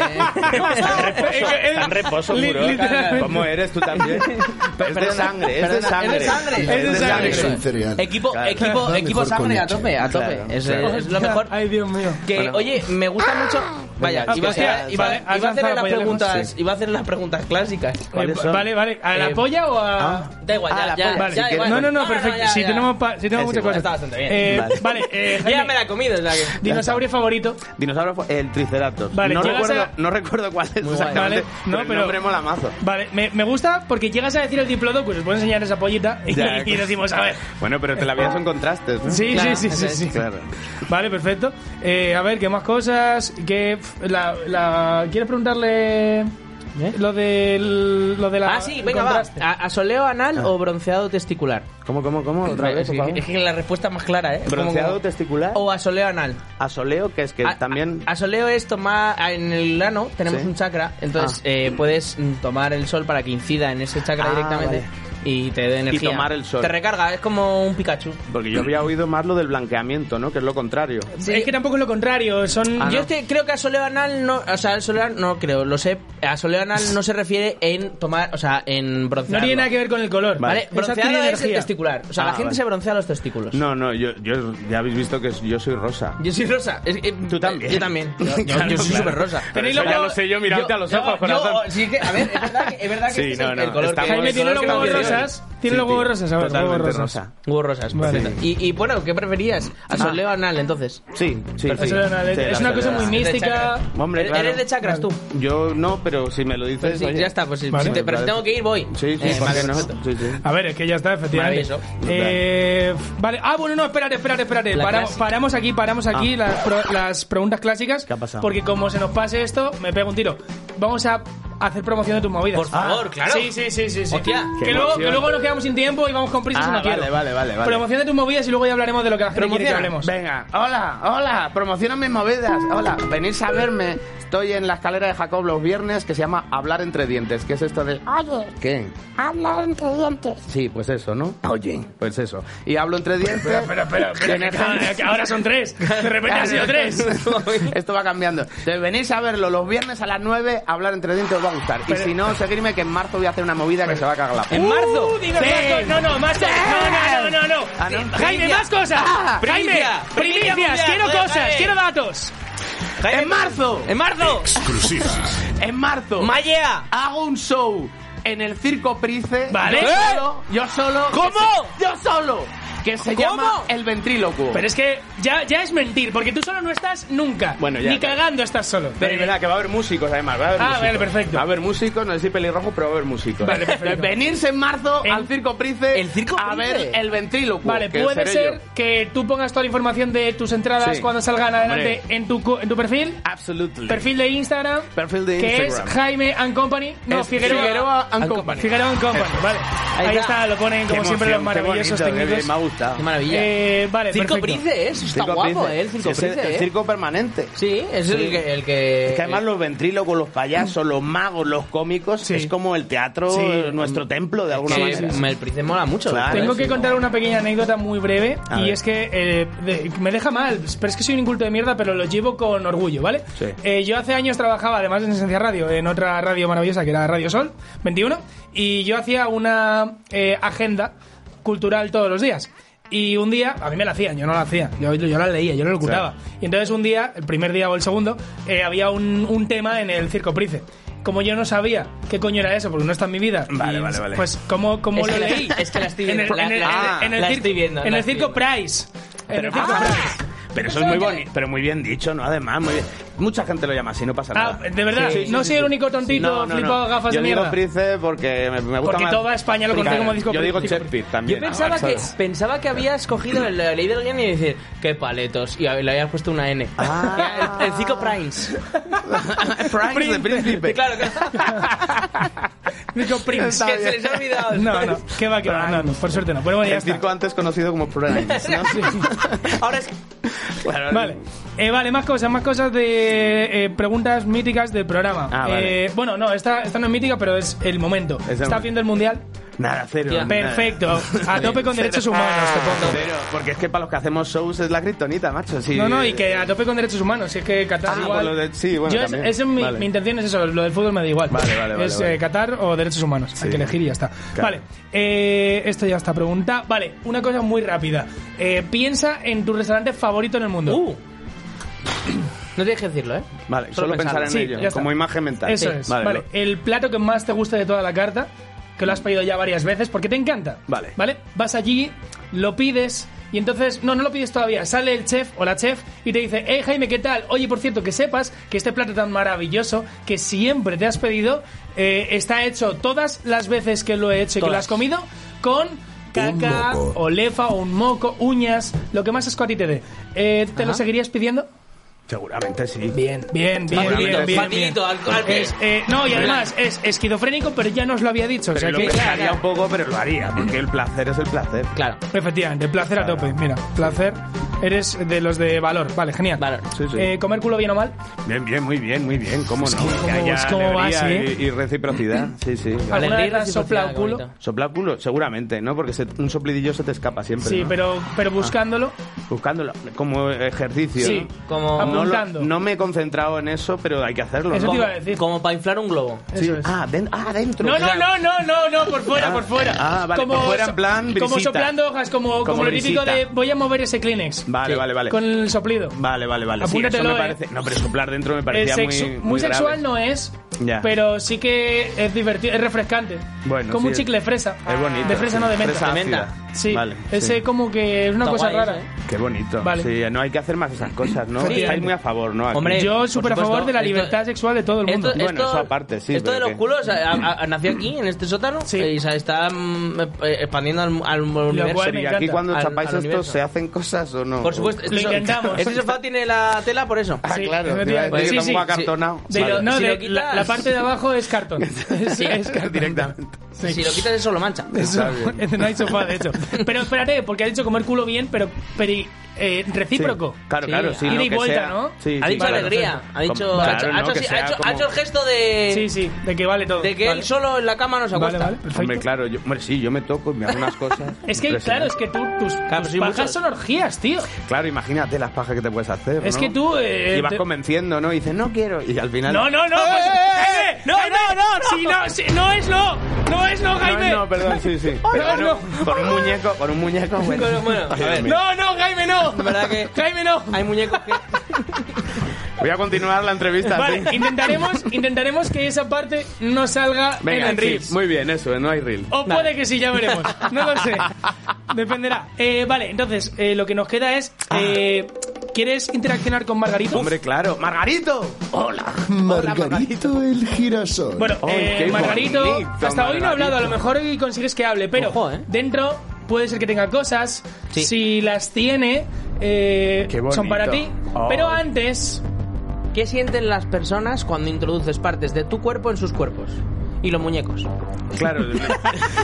Está en reposo,
Eh, Li-
muro.
literalmente.
¿Cómo eres tú
(laughs)
también? es de
perdona,
sangre, es de
perdona,
sangre.
es de sangre. Es de
sangre.
Es un cereal.
equipo,
Claro.
equipo,
Mejor
equipo
con
sangre a
leche.
tope, a tope.
Claro,
es, eh,
claro.
es lo mejor.
Ay, Dios mío.
Que,
Bueno.
oye, me gusta mucho. Vaya,
Venga,
iba, a
es que
hacer-
ya-
iba-
vale, has
iba a hacer
lanzado
las
pollo lejos,
preguntas, iba a hacer las preguntas clásicas.
Eh,
¿Cuáles son?
Vale, vale. ¿A la
Eh,
polla o a...?
Da igual,
Ah,
ya,
la
ya,
polla,
Vale,
si
ya,
quieres.
igual.
no, no, no, perfecto.
ya,
si
ya.
tenemos, pa- si tenemos
Es
muchas
igual,
cosas.
está bastante bien.
Eh,
Vale.
vale, eh,
Yo ya
Jaime,
me la he comido, o sea que-
dinosaurio favorito.
Dinosaurio fue el Triceratops.
Vale,
no,
llegas
recuerdo,
a-
no recuerdo cuál es exactamente.
Vale, no,
pero el
pero-
nombre mola
(laughs)
mazo.
Vale, me, me gusta porque llegas a decir el diplodocus, os puedo enseñar esa pollita (laughs) y,
Ya,
y decimos, a ver.
Bueno, pero te la veías en contrastes, ¿no?
Sí,
Claro,
sí, sí,
eso
sí, sí.
Claro.
Vale, perfecto. Eh, a ver, ¿qué más cosas? ¿Qué, pf, la, la- ¿Quieres preguntarle lo, del, lo de la...
¿Eh? Ah, sí, venga, va.
contraste?
¿A- ¿Asoleo anal
Ah.
o bronceado testicular?
¿Cómo, cómo, cómo? Otra vez,
es,
por
que-
favor.
es que la respuesta es más clara, ¿eh?
Bronceado
Como-
testicular.
O Ah, asoleo anal.
Asoleo, que es que
A-
también.
a- Asoleo es tomar. a- En el ano tenemos
Sí.
un chakra, entonces
Ah.
eh, puedes mm, tomar el sol para que incida en ese chakra
Ah,
directamente
vale.
y te dé energía.
tomar el sol.
Te recarga, es como un Pikachu.
Porque yo había oído más lo del blanqueamiento, ¿no? Que es lo contrario.
Es que tampoco es lo contrario, son...
Ah,
Yo es que creo que asoleo anal no. O sea, asoleo anal no creo, lo sé. Asoleo anal no se refiere en tomar. O sea, en
No
bronceado.
tiene nada que ver con el color.
Vale,
Esa
bronceado
tiene
es el
energía.
testicular. O sea,
Ah,
la gente
vale.
se broncea los testículos.
No, no, yo, yo ya habéis visto que yo soy rosa.
Yo soy rosa. Es que- eh,
Tú también.
Yo también. (laughs) Yo, yo- yo
Claro,
soy
claro.
súper rosa.
Pero
Tenéis
eso
loco-
ya lo sé yo mirándote a los ojos, corazón.
sí, es que, a ver, es verdad que, es verdad que
Sí,
este es
no,
el,
no,
el color que
estamos-
Jaime tiene los
Color
huevos
cambiante.
rosas. Tiene
Sí,
los huevos
tío,
rosas, a ver,
totalmente
huevos rosas.
rosa.
Hubo rosas.
Vale.
perfecto. Y, y, bueno, ¿qué preferías?
Ah.
¿Asoleo anal entonces? Ah,
Sí, sí.
Pero
sí.
eso era-
Sí,
es
la
una cosa
verdad.
muy
Eres de
mística.
chakras.
Hombre,
Eres-
claro.
Eres de chakras tú.
Yo no, pero si me lo dices.
Pues sí,
oye.
ya está, pues si,
Vale.
si te- pero si
Vale.
tengo que ir, voy.
Sí, sí,
Eh,
¿por
vale,
qué no?
¡Uh,
perfecto.
Sí, sí.
A ver, es que ya está, efectivamente.
Maravilloso.
Eh, vale. Ah, bueno, no, espérate, espérate, espérate.
La Ah.
Paramos,
clásica.
paramos aquí, paramos aquí las, pro- las preguntas clásicas.
¿Qué ha pasado?
Porque como se nos pase esto, me pego un tiro. Vamos a hacer promoción de tus movidas. Ah.
Por favor, claro.
Sí, sí, sí, sí. sí.
Hostia,
que,
qué
luego, que
emoción.
luego nos quedamos sin tiempo y vamos con prisa.
Ah,
si no
vale,
quiero.
vale, vale, vale.
Promoción de tus movidas y luego ya hablaremos de lo que la gente quiere que
Promociona.
hablemos.
Venga, hola, hola, promociona mis movidas. Hola, venís a verme. Estoy en la escalera de Jacob los viernes que se llama Hablar entre dientes, que es esto de
Oye,
¿Qué?
habla entre dientes.
Sí, pues eso, ¿no? Oye, pues eso. Y hablo entre dientes.
Espera, espera, espera,
(laughs)
que- que ahora son tres. De repente han sido tres.
Esto va cambiando. Entonces, venís a verlo los viernes a las 9, hablar entre dientes os va a gustar. y si no, seguidme que en marzo voy a hacer una movida que se va a cagar la puta.
En marzo.
Uh, dinos más cosas. No, no, más cosas. No, no, no, no. no.
Ah, ¿no?
Jaime,
Primicia.
más cosas.
Ah,
Jaime,
primicia.
primicias.
Primicia
Quiero
mundial.
cosas,
Oye,
quiero datos. en marzo. En marzo.
Exclusiva.
En marzo.
Mallea.
Hago un show en el Circo Price.
Vale.
Yo
¿Eh?
solo. Yo solo
¿Cómo?
que se- yo solo. Que se
¿Cómo?
llama El Ventríloco.
Pero es
que ya, ya es mentir, porque tú solo no estás nunca. Bueno, ya.
Ni
cagando estás solo.
Pero es verdad que va a haber músicos además, va a haber
Ah,
músicos.
vale, perfecto.
Va a haber músicos, no sé si pelirrojos, pero va a haber músicos.
Vale, perfecto.
Venirse en marzo
al Circo Price a ver el ventríloco. Vale,
que
puede
seré
ser que tú pongas toda la información de tus entradas
Sí.
cuando salgan adelante
Hombre.
en tu, cu- en tu perfil.
Absolutely.
Perfil de Instagram.
Perfil de
que
Instagram.
es Jaime and Company. No,
Es
Figueroa,
Figueroa and
Company.
Company.
Figueroa and Company,
Eso.
vale. Ahí,
Ahí
está.
está.
lo ponen como
Qué
siempre los
emoción, qué
maravillosos
bonito, qué
técnicos.
bien, me ha gustado. Qué maravilla.
Eh, vale,
Circo
perfecto.
Price, eso está
Circo
guapo,
Price.
¿eh? El circo
Sí, es el-
Price,
el
¿eh?
circo permanente.
Sí, es el
Sí.
que... El que... eh,
Es que
eh,
además los ventrílocos, los payasos,
mm.
los magos, los cómicos, es como el teatro,
Sí.
eh, nuestro templo de alguna
Sí,
manera.
sí, sí. El Price mola mucho.
Claro.
Tengo
sí,
que contar una pequeña anécdota muy breve
A
y
ver.
es que eh, de- me deja mal, pero es que soy un inculto de mierda, pero lo llevo con orgullo, ¿vale?
Sí.
Eh, yo hace años trabajaba, además en Esencia Radio, en otra radio maravillosa que era Radio Sol 21, y yo hacía una eh, agenda cultural todos los días. Y un día, a mí me la hacían, yo no la hacía, yo, yo la leía, yo la locutaba. Y entonces un día, el primer día o el segundo, eh, había un, un tema en el Circo Price. Como yo no sabía qué coño era eso, porque no está en mi vida.
Vale,
y,
vale, vale.
Pues, ¿cómo, cómo
Es
lo
que la-
leí?
es que la estoy
En el-
viendo,
En el,
la- la-
en el- en el
la
circo-
estoy viendo,
en
la
el
estoy
circo Price. En el circo Price.
Pero eso es muy bonito, pero muy bien dicho, ¿no? Además, muy bien. mucha gente lo llama así, no pasa
Ah,
nada.
de verdad,
Sí, sí,
no
sí,
soy
sí.
el único tontito
No, no, no.
flipado de gafas
Yo
de
digo
mierda.
Price porque me, me gusta
Porque
más-
toda España lo conoce
Claro,
como disco
Yo digo
Price.
Shakespeare también.
Yo
Pensaba,
Ah,
(laughs)
que,
¿sabes?
pensaba que había escogido el- la ley del guión y decir, qué paletos, y le habías puesto una N. Ah, (laughs) el, el Cico Primes.
Price de príncipe.
Claro, claro. (laughs)
Circo Price.
Está (laughs) Que se bien. les ha olvidado.
(laughs) No, no, que va, que va. No, no, por suerte no. Pero bueno, ya
El
está.
circo antes conocido
(laughs)
como Primes, ¿no?
Ahora es...
Vale. Eh, vale, más cosas, más cosas de eh, preguntas míticas del programa.
Ah, vale.
Eh, bueno, no, esta, esta no es mítica, pero es el momento.
el
¿Estás
momento.
viendo el mundial?
Nada, cero.
Ya.
nada.
Perfecto.
(laughs)
A tope con
Cero.
derechos humanos, te pongo.
Cero, porque es que para los que hacemos shows es la kriptonita, macho. sí.
No, no, y que a tope con derechos humanos. Si es que Qatar
Ah,
igual.
por lo de- sí, bueno,
Yo es-
también.
esa es mi,
Vale.
mi intención es eso, lo del fútbol me da igual. (laughs)
Vale, vale, vale,
Es
vale.
eh, Qatar o derechos humanos. Hay que elegir y ya está.
Claro.
Vale, eh, esto ya está pregunta. Vale, una cosa muy rápida. Eh, piensa en tu restaurante favorito en el mundo.
Uh.
No tienes que decirlo, ¿eh?
Vale, solo, pensar en
Sí,
ello,
ya está.
como imagen mental.
Eso
Sí.
es. Vale,
Vale,
el plato que más te gusta de toda la carta, que lo has pedido ya varias veces porque te encanta.
Vale.
¿Vale? Vas allí, lo pides y entonces, no, no lo pides todavía. Sale el chef o la chef y te dice, hey Jaime, ¿qué tal? Oye, por cierto, que sepas que este plato tan maravilloso que siempre te has pedido eh, está hecho todas las veces que lo he hecho y que lo
Todas.
has comido con caca
moco.
o lefa o un moco, uñas, lo que más asco a ti te dé. Eh, ¿Te lo seguirías pidiendo?
Seguramente sí.
Bien, Bien, bien, bien, bien, bien.
Facilito, al- al pie.
Es, eh, no, y además es esquizofrénico, pero ya nos lo había dicho. o
Pero
sea
lo
que-
pensaría un poco, pero lo haría, porque el placer es el placer.
Claro.
Efectivamente, placer a tope. Mira, placer. Eres de los de valor. Vale, genial.
sí.
Eh, ¿Comer culo bien o mal?
Bien, bien, muy bien, muy bien. ¿Cómo no?
como-
Que haya
es como va
alegría
así, ¿eh?
y,
(laughs)
y reciprocidad. Sí, sí.
¿Alguna vez has soplado culo?
¿Soplar culo? Seguramente, ¿no? Porque se- un soplidillo se te escapa siempre.
Sí,
¿no?
pero,
Ah.
pero buscándolo.
Buscándolo como ejercicio.
Sí,
¿no?
como-
No, lo-
Apuntando.
no me he concentrado en eso, pero hay que hacerlo.
Eso
¿no?
te iba a decir.
Como para inflar un globo.
Sí. Ah, den- ah, dentro.
No, no,
claro.
no, no, no, no, por fuera,
Ah,
por fuera.
ah, vale, por fuera en plan
Como
brisita.
soplando hojas, como, como,
Como
lo típico
brisita.
de voy a mover ese Kleenex.
Vale,
Sí.
vale, vale.
Con el soplido.
Vale, vale, vale. Sí, eso
Apúntatelo,
me
eh.
parece. No, pero soplar dentro me
Eh,
parecía
sexu-
muy.
muy,
muy grave.
sexual no es,
Ya.
pero sí que es divertido, es refrescante.
Bueno,
como un
sí,
chicle de fresa.
es bonito,
De fresa,
sí.
no de menta.
Fresa
De
ácida.
menta. Sí.
Vale,
Ese
sí.
como que es una
Está
cosa
guay eso,
rara.
¿eh? Qué bonito.
Vale.
Sí, no hay que hacer más esas cosas, ¿no?
Efectivamente.
Estáis muy a favor, ¿no? Aquí.
¿eh? yo súper a favor de la libertad sexual de todo el mundo.
bueno, eso aparte, sí.
Esto de
pero
los
que-
culos a- a- a- nació aquí, en este sótano, eh, y se está mm, eh, expandiendo al, al universo.
Pero, ¿Y aquí cuando
Al-
chapáis
al
esto
universo.
se hacen cosas o no?
Por supuesto,
O-
este so- (laughs) Este sofá tiene la tela por eso.
Ah, claro, te iba a decir que tampoco acartonado.
Sí.
Vale.
Si lo-
No,
si
de-
lo quitas-
la, la parte de abajo es cartón. Es- es cartón.
Directamente.
Sí.
Si lo quitas eso lo mancha.
Eso- no hay sofá, de hecho. Pero espérate, porque ha dicho comer culo bien, pero, pero eh, recíproco.
Sí, claro, claro, sí,
Ida
no,
y
que
vuelta,
sea-
¿no?
sí, sí,
Ha dicho
claro,
alegría,
sí.
ha dicho,
Como-
ha
claro,
hecho- ha
no,
hecho
que
así-
sea
ha hecho- ha
como-
hecho el gesto de,
Sí, sí, de que vale todo.
de que
Vale.
él solo en la cama no se acuesta.
Vale, vale, perfecto.
Hombre, claro, yo, hombre, sí, yo me toco y me hago unas cosas.
Es que, claro,
Impresionante.
es que tú, tus, tus
sí,
pajas
muchas.
son orgías, tío.
Claro, imagínate las pajas que te puedes hacer.
Es
¿no?
que tú, eh,
y vas
te-
convenciendo, ¿no? Y dices, no quiero. Y al final.
No, no, no.
¡Eh,
pues-
eh, eh!
Jaime, no, no, no, no. Si no, si- no es no. No es no, Jaime.
No, no, perdón, sí, sí.
Oh, no,
Pero bueno, con un muñeco, con un muñeco, bueno.
Bueno, bueno, a ver.
Ay, Dios mío. (laughs)
No, no, Jaime, no.
De verdad que
Jaime, no.
hay muñecos que...
Voy a continuar la entrevista.
Vale,
sí.
intentaremos, intentaremos que esa parte no salga en
Venga,
el
sí,
Reels.
muy bien, eso, no hay reel.
O puede que sí, ya veremos. No lo
(laughs)
sé. Dependerá. Eh, vale, entonces, eh, lo que nos queda es... eh, ¿Quieres interaccionar con Margarito?
Ah. Hombre, claro. ¡Margarito! ¡Hola!
Margarito el girasol.
Bueno, eh, Margarito,
bonito,
hasta hoy no ha hablado. A lo mejor hoy consigues que hable, pero
eh.
dentro puede ser que tenga cosas. Si las tiene, eh,
Qué bonito.
son para ti.
Oh.
Pero antes... (laughs)
¿Qué sienten las personas cuando introduces partes de tu cuerpo en sus cuerpos? Y los muñecos.
(laughs)
Claro,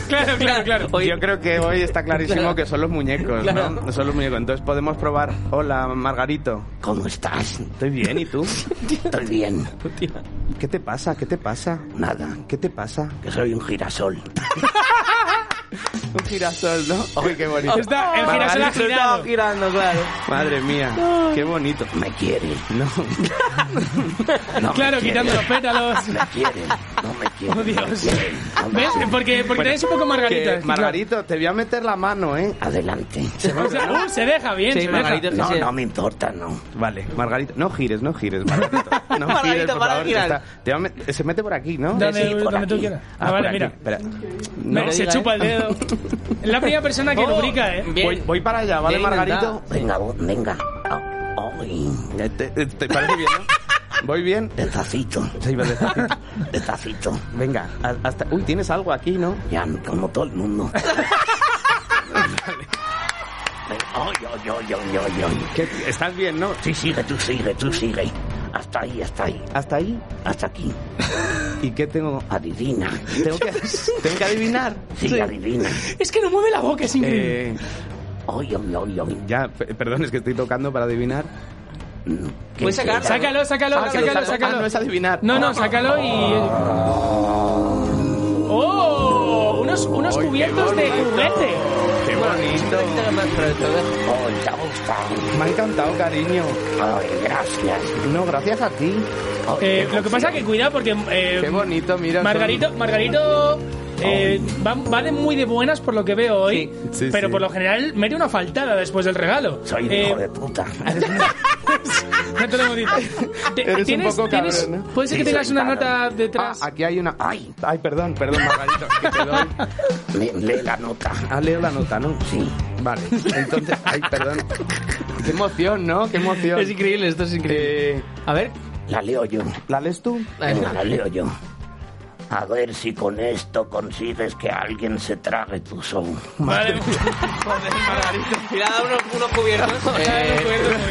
claro, claro,
(laughs)
claro.
Yo creo que hoy está clarísimo
Claro.
que son los muñecos, ¿no? Son los muñecos. Entonces podemos probar. Hola, Margarito. ¿Cómo estás? Estoy bien, ¿y (laughs) tú? Estoy bien. ¿Qué te pasa? ¿Qué te pasa? Nada. ¿Qué te pasa? Que soy un girasol. (laughs) un girasol, ¿no? Uy, qué bonito.
Está el girasol
Margarito
agitado.
estaba girando, Ah, claro. Madre mía, qué bonito. Me quiere. No.
claro,
me
quitando los
quiere.
pétalos.
Me quiere. No me quiere.
(laughs) Oh, Dios. ¿Ves? Porque, porque tenés un poco Margarito.
que,
es que,
Margarito, te voy a meter la mano, ¿eh? Adelante.
claro. O sea, uh, se deja bien, se deja.
no, no me importa, no. Vale, Margarito, no gires, no gires, Margarito. No
(laughs) Margarito,
gires, por
para
favor,
de
que
girar.
está- te va a met- se mete por aquí, ¿no?
Dame,
Sí, por
donde tú
aquí.
quieras.
Ah,
Ah,
por
vale,
aquí,
mira.
espera.
Mira, se chupa el dedo.
(laughs)
Es la primera persona que
Oh,
lubrica, ¿eh?
Voy, voy para allá, ¿vale, Margarito?
Venga, venga.
Oh, Ay, te, te- eh, te parece bien, ¿no? Voy bien. Despacito. Sí, va despacito. Despacito. Venga, a- hasta. Uy, tienes algo aquí, ¿no? Ya, como todo el (laughs) mundo. ¿Estás bien, no? Sí, sigue, tú sigue, tú sigue. Hasta ahí, hasta ahí. ¿Hasta ahí? Hasta aquí. ¿Y qué tengo? Adivina. ¿Tengo que, ¿tengo que
(laughs)
adivinar? Sí, adivina.
Es que no mueve la boca, es increíble.
Eh, Ya, pe- perdón, es que estoy tocando para adivinar.
Pues sacarlo. Sácalo, sácalo,
Ah, que lo
sácalo,
saco.
sácalo.
Ah, no es adivinar.
No, no, sácalo y. ¡Oh! Unos, unos cubiertos de juguete.
Ah, ¡Qué bonito!
¿eh?
Me ha encantado, cariño. gracias. No, gracias a ti.
Eh, lo que pasa que cuidado porque. eh,
Ah, Qué bonito, mira. son-
Margarito, Margarito. eh, va, va de muy de buenas por lo que veo hoy,
Sí,
pero
sí.
por lo general mete una faltada después del regalo. Soy hijo de
puta.
(laughs) no te lo hemos
(laughs)
dicho. Te-
Eres un
tienes-
poco cabrón,
tienes-
¿no?
Puede ser que
Sí,
tengas
soy
una
cabrón.
nota detrás.
Ah, aquí hay una. Ay, ay, perdón, perdón, Margarito. que te doy. Lee la nota. Ah, leo la nota, ¿no? Sí. Vale. Entonces, ay, perdón. Qué emoción, ¿no? Qué emoción.
Es increíble, esto es increíble.
ah, A ver. La leo yo. ¿La lees tú?
Venga, la leo yo. A ver si con esto consigues que alguien se trague tu son.
Vale.
Mira, da unos, unos cubiertos.
(laughs)
Eh,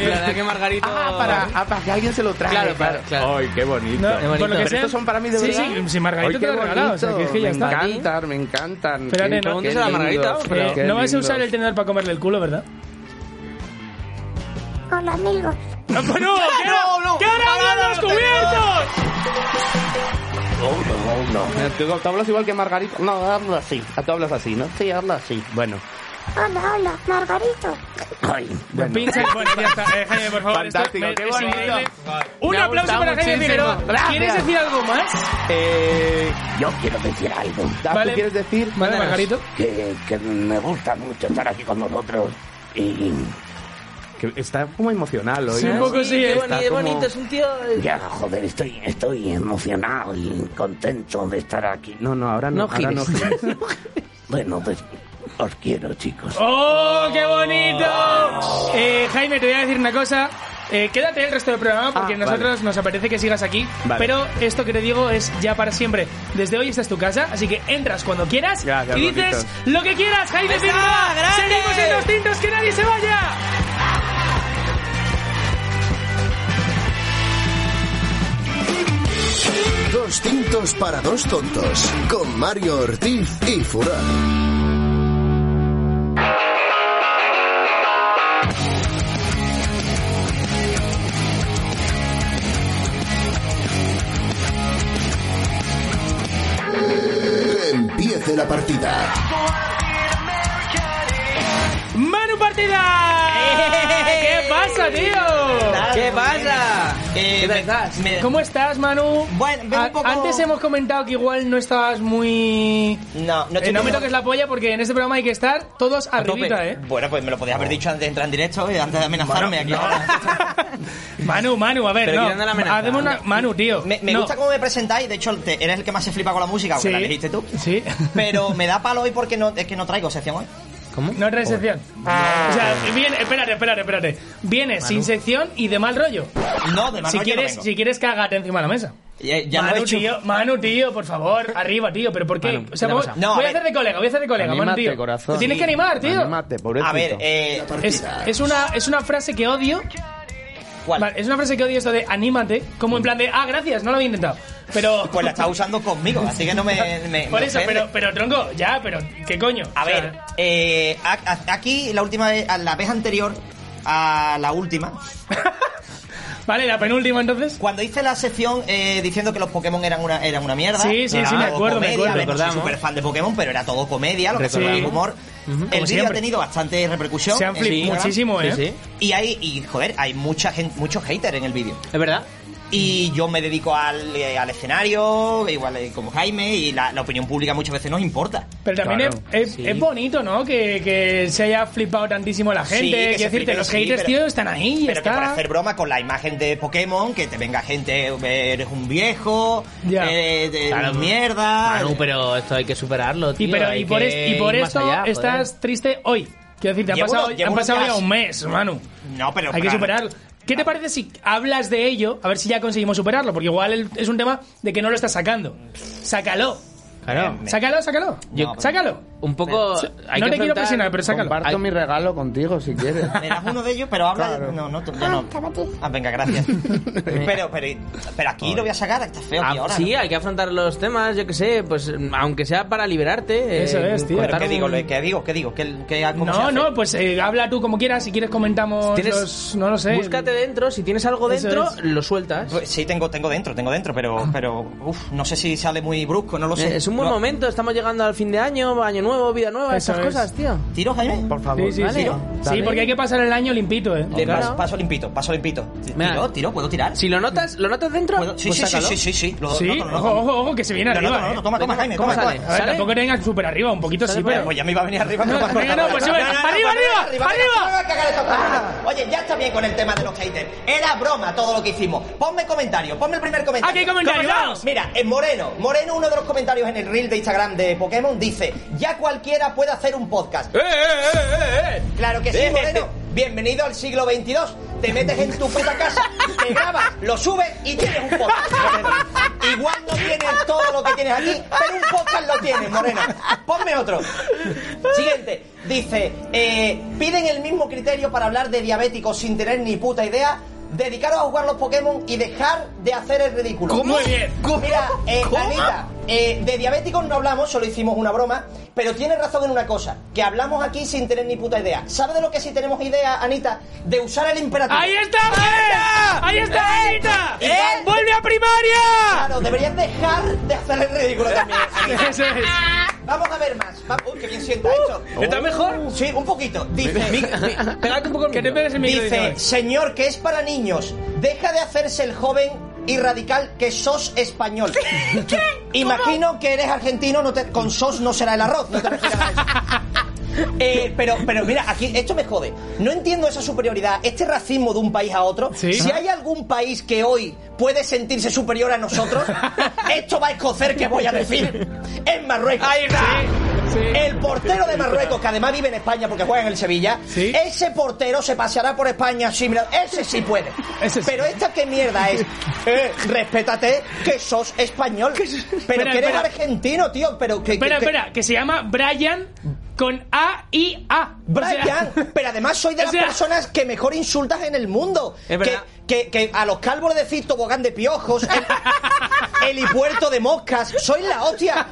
la verdad que Margarito.
Ah, para, ah, para que alguien se lo trague.
Claro, claro, claro.
Ay, qué bonito.
No, Qué bonito. por lo que
Pero
sea-
estos son para mí de
Sí,
verdad.
sí, sí, Margarito
Ay,
te
qué
lo ha regalado, o sea, que es que ya
me
está.
encantan, me encantan.
Espérate, no,
Qué- qué
Pregúntaselo a Margarita,
lindos,
pero-
qué
no vais a
lindos.
usar el tenedor para comerle el culo,
(laughs)
¿verdad?
Hola, amigos.
¡No, (laughs) pues no! ¡Que ahora- que ahora hablan los cubiertos!
Mira, Tú, tú hablas igual que Margarita. No, hablas así. Ah, Tú hablas así, ¿no? Sí, hablas así. Bueno.
Hola, hola, Margarito.
Ay, bueno.
Pincha y bueno, ya está. Eh, Jaime, por favor. esto
Fantástico,
me-
qué
es
bonito.
increíble. Un
Me ha
aplauso
gustado
para Jaime
muchísimo.
Figueroa.
Gracias.
¿Quieres decir algo más?
Eh, yo quiero decir algo. Ah,
Vale.
¿Tú quieres decir?
Vale, Margarito.
Que, que me gusta mucho estar aquí con vosotros. Y
Que está como emocional hoy.
Sí, un
¿no?
poco sí,
Qué
eh.
bonito,
Pues Está
qué
como- ¡Eh!
bonito, es un tío.
ya, joder, estoy, estoy emocionado y contento de estar aquí.
No, no, ahora no.
No
ahora no
gires.
(laughs)
gires.
Bueno, pues os quiero, chicos.
¡Oh, qué bonito! Eh, Jaime, te voy a decir una cosa. Eh, quédate el resto del programa porque
Ah,
nosotros nos apetece que sigas aquí.
Vale.
Pero esto que te digo es ya para siempre. Desde hoy esta es tu casa, así que entras cuando quieras
Gracias,
y dices
bonitos.
lo que quieras, Jaime
¡Está,
Figueroa.
grande!
¡Seguimos en los tintos, que nadie se vaya!
Dos tintos para dos tontos. Con Mario Ortiz y Furán. Que empiece la partida.
¡Manu Partida! ¿Qué pasa, tío?
¿Qué pasa?
Eh,
¿Qué
me-
estás?
me-
¿Cómo estás, Manu?
Bueno, vengo un
A-
poco-
Antes hemos comentado que igual no estabas muy...
No, no
Eh,
estoy
no me
como-
toques la polla porque en este programa hay que estar todos
a tope.
arribita, ¿eh?
eh,
Bueno, pues me lo podías haber dicho antes de entrar en directo y antes de amenazarme aquí. ahora.
Manu, Manu, a ver,
Pero
no.
quitando la amenaza.
Hacemos una- Manu, tío.
(laughs) Me, me
no.
gusta cómo me presentáis, de hecho te- eres el que más se flipa con la música, aunque
Sí.
la elegiste tú.
Sí.
Pero me da palo hoy porque no, es que no traigo sección hoy.
¿Cómo? No traes sección. O sea, viene, espérate, espérate, espérate. Vienes sin sección y de mal rollo.
No, de mal
si
rollo
quieres,
no vengo.
Si quieres, cágate encima de la mesa.
Ya, ya lo he
Manu,
hecho.
tío, Manu, tío, por favor, arriba, tío, pero ¿por qué? o sea,
una
vamos-
cosa. No, a
voy a
ver.
hacer de colega, voy a hacer de colega, Manu,
Anímate,
tío.
corazón.
Te tienes
Sí.
que animar, tío.
Anímate, pobrecito. A ver, eh,
es, es una, es una frase que odio. Vale, es una frase que odio esto de anímate, como en plan de, ah, gracias, no lo había intentado. Pero...
(laughs) Pues la estás usando conmigo, así que no me... me-
(laughs) Por
me
eso,
ofende.
pero, pero tronco, ya, pero ¿qué coño?
A ver, eh, a- a- aquí la última vez, a la vez anterior a la última.
vale, la penúltima entonces.
Cuando hice la sección eh, diciendo que los Pokémon eran una, eran una mierda.
Sí, sí, sí, me
todo
acuerdo, me acuerdo.
comedia. A ver, no soy
Recordamos.
súper fan de Pokémon, pero era todo comedia, lo que
Recordamos.
hacía el humor.
Ujú. Como
El vídeo ha
siempre.
tenido bastante repercusión.
Se han
en
flip-
Instagram.
muchísimo, ¿eh? Sí, sí.
Y hay, y joder, hay mucha gente, muchos haters en el vídeo. Es verdad.
Mm.
Y yo me dedico al, eh, al escenario, igual eh, como Jaime, y la, la opinión pública muchas veces nos importa.
Pero también
Claro.
es, es- es bonito, ¿no? Que, que se haya flipado tantísimo la gente.
Sí, que
Quiero
se
decirte,
flipen,
los
sí,
haters,
pero-
tío, están ahí. ya
Pero que
está.
por hacer broma con la imagen de Pokémon, que te venga gente, eh, eres un viejo, eh, de-
Claro,
un mierda.
Manu, pero esto hay que superarlo, tío.
y, pero,
hay
y por,
que
es- y por
ir más
esto
allá, joder.
estás triste hoy. Quiero decirte, han
Llevo
pasado,
unos- llevo
han
unos
pasado ya
días.
un mes, hermano.
No, (laughs) pero
Hay que
claro.
superarlo. ¿Qué te parece si hablas de ello? A ver si ya conseguimos superarlo, porque igual el- es un tema de que no lo estás sacando. Sácalo. Eh,
Claro.
Sácalo, sácalo.
Yo- No, pero-
sácalo.
Un poco.
no te quiero presionar, pero sácalo.
Comparto mi regalo contigo si
(laughs)
quieres.
Me das uno de ellos, pero habla de- No, no, tú- ya no. Ah, venga, gracias. pero, pero, pero aquí lo voy a sacar, está feo
Ah,
aquí ahora.
sí,
¿no?
hay que afrontar los temas, yo qué sé, pues aunque sea para liberarte. eh,
Eso es, tío.
Pero ¿qué digo? Le- ¿Qué digo? ¿Qué digo? ¿Qué, qué, cómo se
No,
hace?
no, pues eh, habla tú como quieras. Si quieres, comentamos.
Tienes-
los- no lo sé.
Búscate dentro, si tienes algo
Eso
dentro,
es.
lo sueltas.
Pues sí, tengo, tengo dentro, tengo dentro, pero, pero uf, no sé si sale muy brusco, no lo sé.
Eh, Es un buen
No.
momento, estamos llegando al fin de año, año nuevo, vida nueva,
Eso
esas
es.
cosas, tío.
¿Tiro, Jaime? Por
Sí, sí, sí. Sí, porque hay que pasar el año limpito, ¿eh?
Paso, paso limpito, paso limpito. Tiro, tiro, puedo tirar.
Si lo notas, lo notas dentro.
¿Puedo? Sí,
Pues
sí, sí,
sácalo.
sí, sí, sí. Lo
Sí,
noto, lo noto.
ojo, ojo, ojo, que se viene
Lo
arriba.
noto, lo
¿eh?
noto. Toma, toma, Jaime,
¿Cómo
toma,
sale?
toma.
A ver,
¿Sale?
tampoco tengas súper arriba, un poquito sí, pero.
Pues ya me iba a venir arriba.
No,
pero-
venga, no, pues sube. ¡Arriba, arriba!
no me va a cagar esto, para. Oye, ya está bien con el tema de los haters. Era broma todo lo que hicimos. Ponme comentario, ponme el primer comentario.
Aquí hay comentarios,
Comenzamos.
vamos.
Mira, en Moreno, Moreno, uno de los comentarios en el reel de Instagram de Pokémon dice: Ya cualquiera puede hacer un podcast. Claro que sí, Moreno. este, Bienvenido al siglo XXII. Te metes en tu puta casa, te grabas, lo subes y tienes un podcast. Moreno. Igual no tienes todo lo que tienes aquí, pero un podcast lo tienes, Moreno. Ponme otro. Siguiente. Dice, eh, piden el mismo criterio para hablar de diabéticos sin tener ni puta idea. Dedicaros a jugar los Pokémon y dejar de hacer el ridículo.
¿Cómo? Muy bien.
Mira, eh,
¿Cómo?
Anita, eh, de diabéticos no hablamos, solo hicimos una broma, pero tienes razón en una cosa, que hablamos aquí sin tener ni puta idea. ¿Sabes de lo que sí tenemos idea, Anita? De usar el imperativo.
¡Ahí está! ¡Eh! ¡Ahí está, Anita!
¿Eh?
¡Vuelve a
(laughs)
primaria!
Claro, deberías dejar de hacer el ridículo también. Anita.
Eso es.
Vamos a ver más. Va- Uy, qué bien sienta esto.
Uh, ¿Está mejor?
Sí, un poquito. Dice,
un poco Que te pegues el micro.
dice, señor, que es para niños, deja de hacerse el joven y radical que sos español. Imagino que eres argentino, no te- con sos no será el arroz. no te refieras a eso. Eh, pero, pero mira, aquí esto me jode. No entiendo esa superioridad, este racismo de un país a otro.
Sí.
Si hay algún país que hoy puede sentirse superior a nosotros, esto va a escocer que voy a decir en Marruecos. El portero de Marruecos, que además vive en España porque juega en el Sevilla, ese portero se paseará por España así, mira, (laughs) ese sí puede. Pero esta qué mierda (laughs) es. Eh, respétate que sos español. Pero
Espera,
que eres
espera.
argentino, tío. Pero que,
Espera,
que-
espera, que se llama Brian con A y A.
Brian, pero además soy de
o
las
sea-
personas que mejor insultas en el mundo.
Es verdad.
Que, que- que a los calvos le decís tobogán de
(laughs)
piojos, el- helipuerto de moscas. Soy la hostia.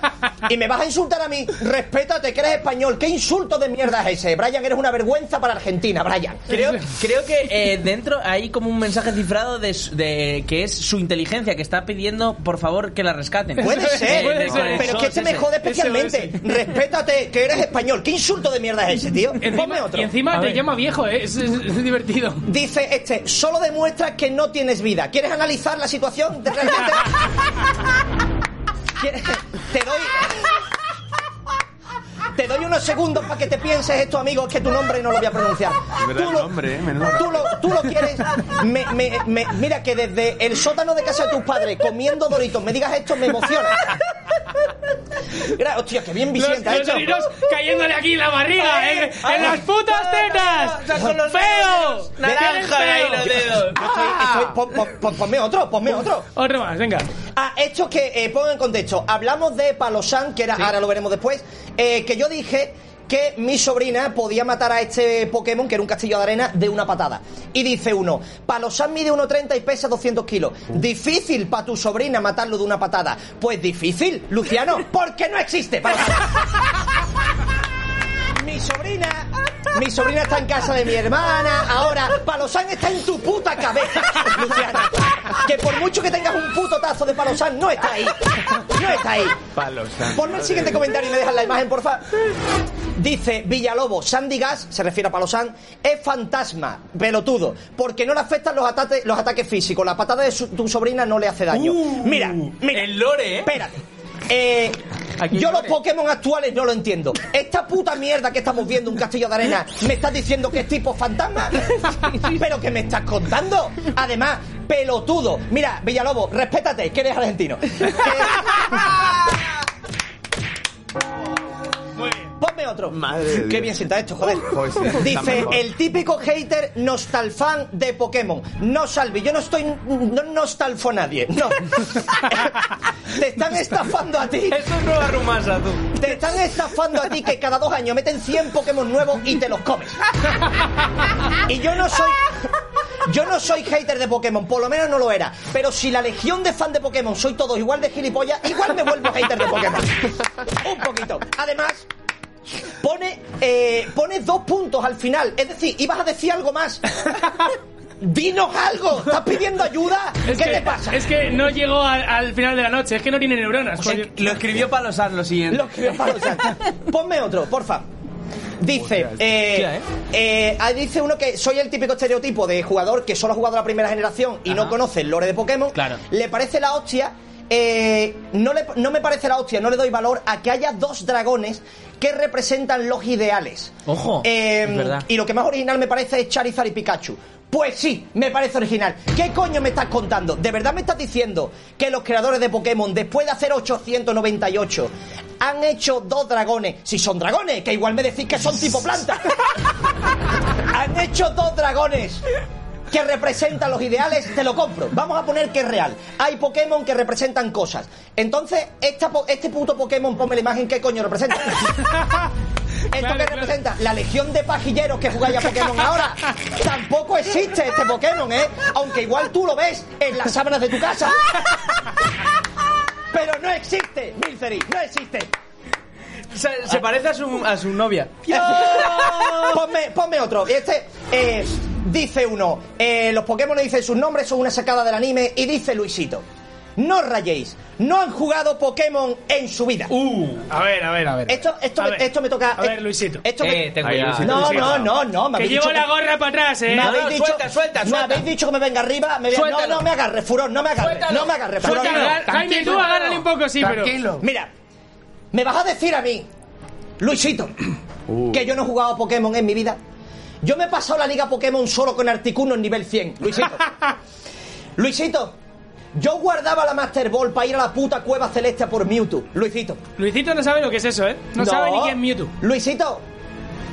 Y me vas a insultar a mí. Respétate, que eres español. ¿Qué insulto de mierda es ese? Brian, eres una vergüenza para Argentina, Brian.
Creo, creo que eh, dentro hay como un mensaje cifrado de, su- de que es su inteligencia que está pidiendo, por favor, que la rescaten.
Puede ser,
Eh, de- con el
pero es que
sos
este me
ese.
jode especialmente. Respétate, que eres español. ¿Qué insulto de mierda es ese, tío? Ponme otro.
Y (laughs) encima te llama viejo, ¿eh? Es, es- es divertido.
Dice este, solo demuestras que no tienes vida. ¿Quieres analizar la situación? ¿De realmente? (laughs) ¿Quieres- Te doy... Te doy unos segundos para que te pienses esto, amigo, es que tu nombre no lo voy a pronunciar.
verdad, el nombre, ¿eh? Menudo.
Tú lo, tú lo quieres. me- me- me- mira, que desde el sótano de casa de tus padres, comiendo doritos, me digas esto, me emociona. Mira, hostia, qué bien
Los,
Vicente ha
los
hecho.
doritos cayéndole aquí en la barriga, en, en las putas tetas. ¡Feo!
Yo estoy- estoy- pon- pon- pon- ponme otro, ponme otro.
Otro más, venga.
Ah, esto que eh, pongo en contexto. Hablamos de Palosan, que era, ahora lo veremos después, eh, que yo dije que mi sobrina podía matar a este Pokémon, que era un castillo de arena, de una patada. Y dice uno, Palosan mide 1,30 y pesa 200 kilos. Difícil para tu sobrina matarlo de una patada. Pues difícil, Luciano, porque no existe Palosan. Mi sobrina, mi sobrina está en casa de mi hermana. Ahora, Palosan está en tu puta cabeza, Luciana. Que por mucho que tengas un puto tazo de Palosan, no está ahí. No está ahí.
Palos.
Ponme el siguiente comentario y me dejas la imagen, porfa. Dice Villalobos, Sandy Gas, se refiere a Palosan, es fantasma, pelotudo, porque no le afectan los, ataques los ataques físicos. La patada de su- tu sobrina no le hace daño.
Uh.
mira, mira. Uh, El lore, ¿eh? Espérate. Eh, yo los Pokémon actuales no lo entiendo. Esta puta mierda que estamos viendo, un castillo de arena, ¿me estás diciendo que es tipo fantasma? ¿Pero que me estás contando? Además, pelotudo. Mira, Villalobos, respétate, que eres argentino. Eh, Ponme otro.
Madre de
Qué
Dios.
bien sienta esto, joder.
Pues sí, está
Dice
mejor.
el típico hater nostalfan de Pokémon. No salvi, yo no estoy no nostalfo a nadie. No. (laughs) Te están estafando a ti.
Eso es nueva rumasa, tú.
Te están estafando a ti que cada dos años meten 100 Pokémon nuevos y te los comes. Y yo no soy. Yo no soy hater de Pokémon, por lo menos no lo era. Pero si la legión de fan de Pokémon soy todos igual de gilipollas, igual me vuelvo hater de Pokémon. Un poquito. Además, pone, eh, pone dos puntos al final. Es decir, ibas a decir algo más. ¡Dinos algo! ¿Estás pidiendo ayuda?
Es
¿Qué
que,
te pasa?
Es que no llegó al, al final de la noche, es que no tiene neuronas. coño.
Lo escribió Palosan lo siguiente.
Lo escribió Palosan.
(laughs)
Ponme otro, porfa. Dice, eh,
Hostia, ¿eh?
eh, ah, dice uno que soy el típico estereotipo de jugador que solo ha jugado la primera generación y no conoce el lore de Pokémon.
Claro.
Le parece la hostia. eh, no, le- no me parece la hostia, no le doy valor a que haya dos dragones que representan los ideales.
Ojo,
Eh,
es verdad.
y lo que más original me parece es Charizard y Pikachu. Pues sí, me parece original. ¿Qué coño me estás contando? ¿De verdad me estás diciendo que los creadores de Pokémon, después de hacer 898, han hecho dos dragones? Si son dragones, que igual me decís que son tipo planta. han hecho dos dragones que representan los ideales, te lo compro. Vamos a poner que es real. Hay Pokémon que representan cosas. Entonces, esta po- este puto Pokémon, ponme la imagen, ¿qué coño representa? ¿Esto qué representa? La legión de pajilleros que jugáis a Pokémon ahora. Tampoco existe este Pokémon, ¿eh? Aunque igual tú lo ves en las sábanas de tu casa. Pero no existe, Milcery, no existe.
Se, se parece a su, a su novia.
(laughs) ponme, ponme otro. Y Este eh, dice uno, eh, los Pokémon le dicen sus nombres, son una sacada del anime, y dice Luisito. No os rayéis, no han jugado Pokémon en su vida.
A ver, a ver, a ver.
Esto, esto,
Uh. A
me,
ver.
esto me toca.
A ver, Luisito.
Esto me-
Eh, ten
Ahí,
cuidado.
Luisito,
No,
Luisito.
no, no, no. Me
Que
habéis
llevo
dicho
la
que-
gorra para atrás, eh.
Me habéis
no,
dicho,
Ah, suelta, suelta,
me
suelta.
habéis dicho que me venga arriba. Me venga- no,
Suéltalo.
no me agarre, furón, no me agarre.
Suéltalo.
No me agarre, furón.
Suéltalo.
No, no.
Jaime, tú agárrale un poco, sí, pero.
Mira, me vas a decir a mí, Luisito, que yo no he jugado a Pokémon en mi vida. Yo me he pasado la liga Pokémon solo con Articuno en nivel 100, Luisito. Luisito, yo guardaba la Master Ball para ir a la puta cueva celeste a por Mewtwo, Luisito.
Luisito no sabe lo que es eso, eh. No, sabe ni quién es Mewtwo.
Luisito,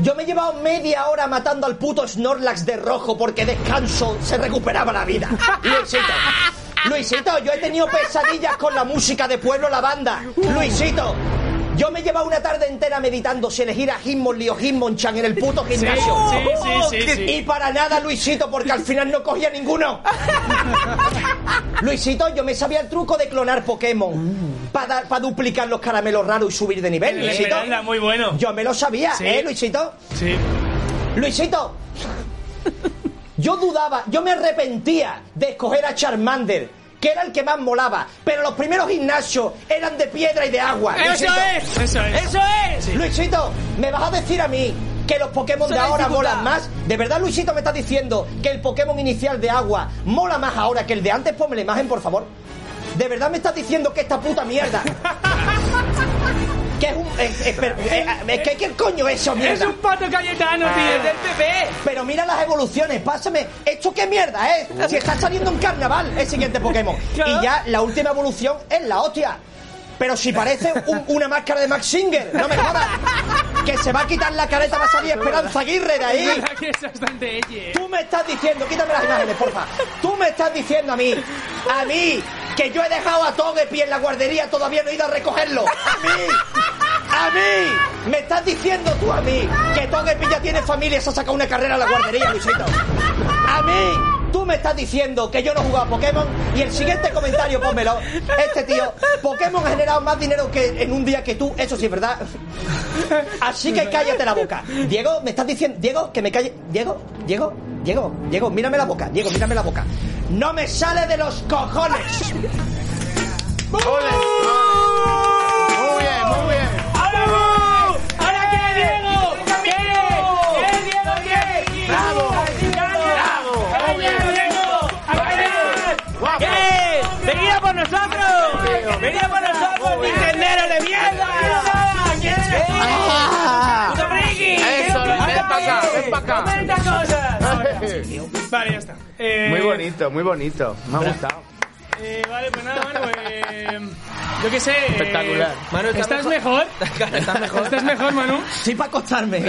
yo me he llevado media hora matando al puto Snorlax de rojo porque descanso se recuperaba
(laughs)
la vida. Luisito. Luisito, yo he tenido pesadillas con la música de Pueblo La Banda. Luisito. Yo me he llevado una tarde entera meditando si elegir a Hitmonlee o Hitmonchan en el puto gimnasio. Oh,
sí, sí, sí, sí.
Y para nada, Luisito, porque al final no cogía ninguno. Luisito, yo me sabía el truco de clonar Pokémon para duplicar los caramelos raros y subir de nivel.
El
Luisito,
Esmeralda, muy bueno.
yo me lo sabía,
Sí.
¿eh, Luisito?
Sí.
Luisito, yo dudaba, yo me arrepentía de escoger a Charmander, que era el que más molaba, pero los primeros gimnasios eran de piedra y de agua.
¡Eso
Luisito,
es! ¡Eso es!
¡Eso es!
Luisito, ¿me vas a decir a mí que los Pokémon
Esa
de
es la
ahora
dificultad.
molan más? ¿De verdad, Luisito, me estás diciendo que el Pokémon inicial de agua mola más ahora que el de antes? Ponme la imagen,
(laughs)
por favor. ¿De verdad me estás diciendo que esta puta mierda... que es un, eh, pero, eh, eh, ¿qué, ¿Qué coño es eso, mierda?
Es un pato cayetano, tío.
Es del PP. Pero mira las evoluciones, pásame. ¿Esto qué mierda es? Si está saliendo en carnaval el siguiente Pokémon. Y ya la última evolución es la hostia. Pero si parece un- una máscara de Max Singer, no me jodas. Que se va a quitar la careta, va a salir Esperanza Aguirre
(laughs)
de ahí.
Es verdad que es bastante ¿eh? ella.
Tú me estás diciendo, quítame las imágenes, porfa. Tú me estás diciendo a mí, a mí, que yo he dejado a Togepi en la guardería, todavía no he ido a recogerlo. A mí, a mí, me estás diciendo tú a mí que Togepi ya tiene familia y se ha sacado una carrera en la guardería, Luisito. A mí, tú me estás diciendo que yo no jugaba a Pokémon y el siguiente comentario, pónmelo. Este tío, Pokémon ha generado más dinero que en un día que tú, eso sí es verdad. Así que cállate la boca. Diego, me estás diciendo, Diego, que me calle. Diego, Diego, Diego, Diego, mírame la boca, Diego, mírame la boca. No me sale de los cojones.
Muy bien, muy bien. ¡Ahora vamos! ¡Ahora qué, Diego! ¿Qué? ¿Qué, Diego, qué?
¡Bravo!
¡Bravo! ¡Ahora Diego, Diego! ¡Ahora Diego!
¡Eh! ¡Venid a por nosotros! ¡Venid a por nosotros, Nintendero de mierda!
¡Ah!
¡Puto friki!
Eso,
¡Ven
ven
pa'
pa' acá,
ven pa' acá.
¡Comenta cosas!
Vale, ya está. Eh,
Muy bonito, muy bonito. Me ha gustado.
Eh, vale, pues nada, Manu. eh, yo qué sé. eh,
Espectacular. Manu, ¿estás
¿estás
(laughs)
mejor?
¿Estás mejor?
¿Estás mejor, Manu?
Sí, para acostarme.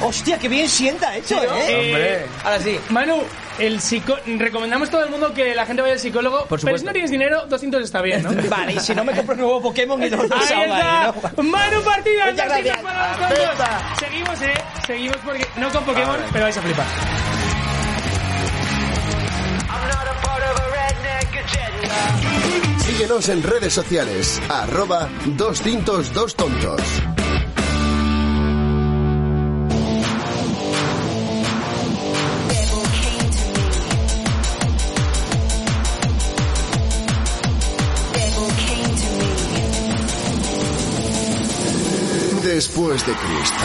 Hostia, qué bien sienta eso, ¿eh?
Eh,
Ahora sí.
Manu, el psico recomendamos a todo el mundo que la gente vaya al psicólogo.
Por
Pero
supuesto.
si no tienes dinero, 200 está bien, ¿no?
(laughs) Vale, y si no me compro un nuevo Pokémon y dos
Ahí está. Manu Partida,
¿eh?
dos
Muchas gracias.
tickets para los tontos. Seguimos, eh. Seguimos porque. No con Pokémon, pero vais a flipar.
Síguenos en redes sociales, arroba dos cintos dos tontos. Después de Cristo.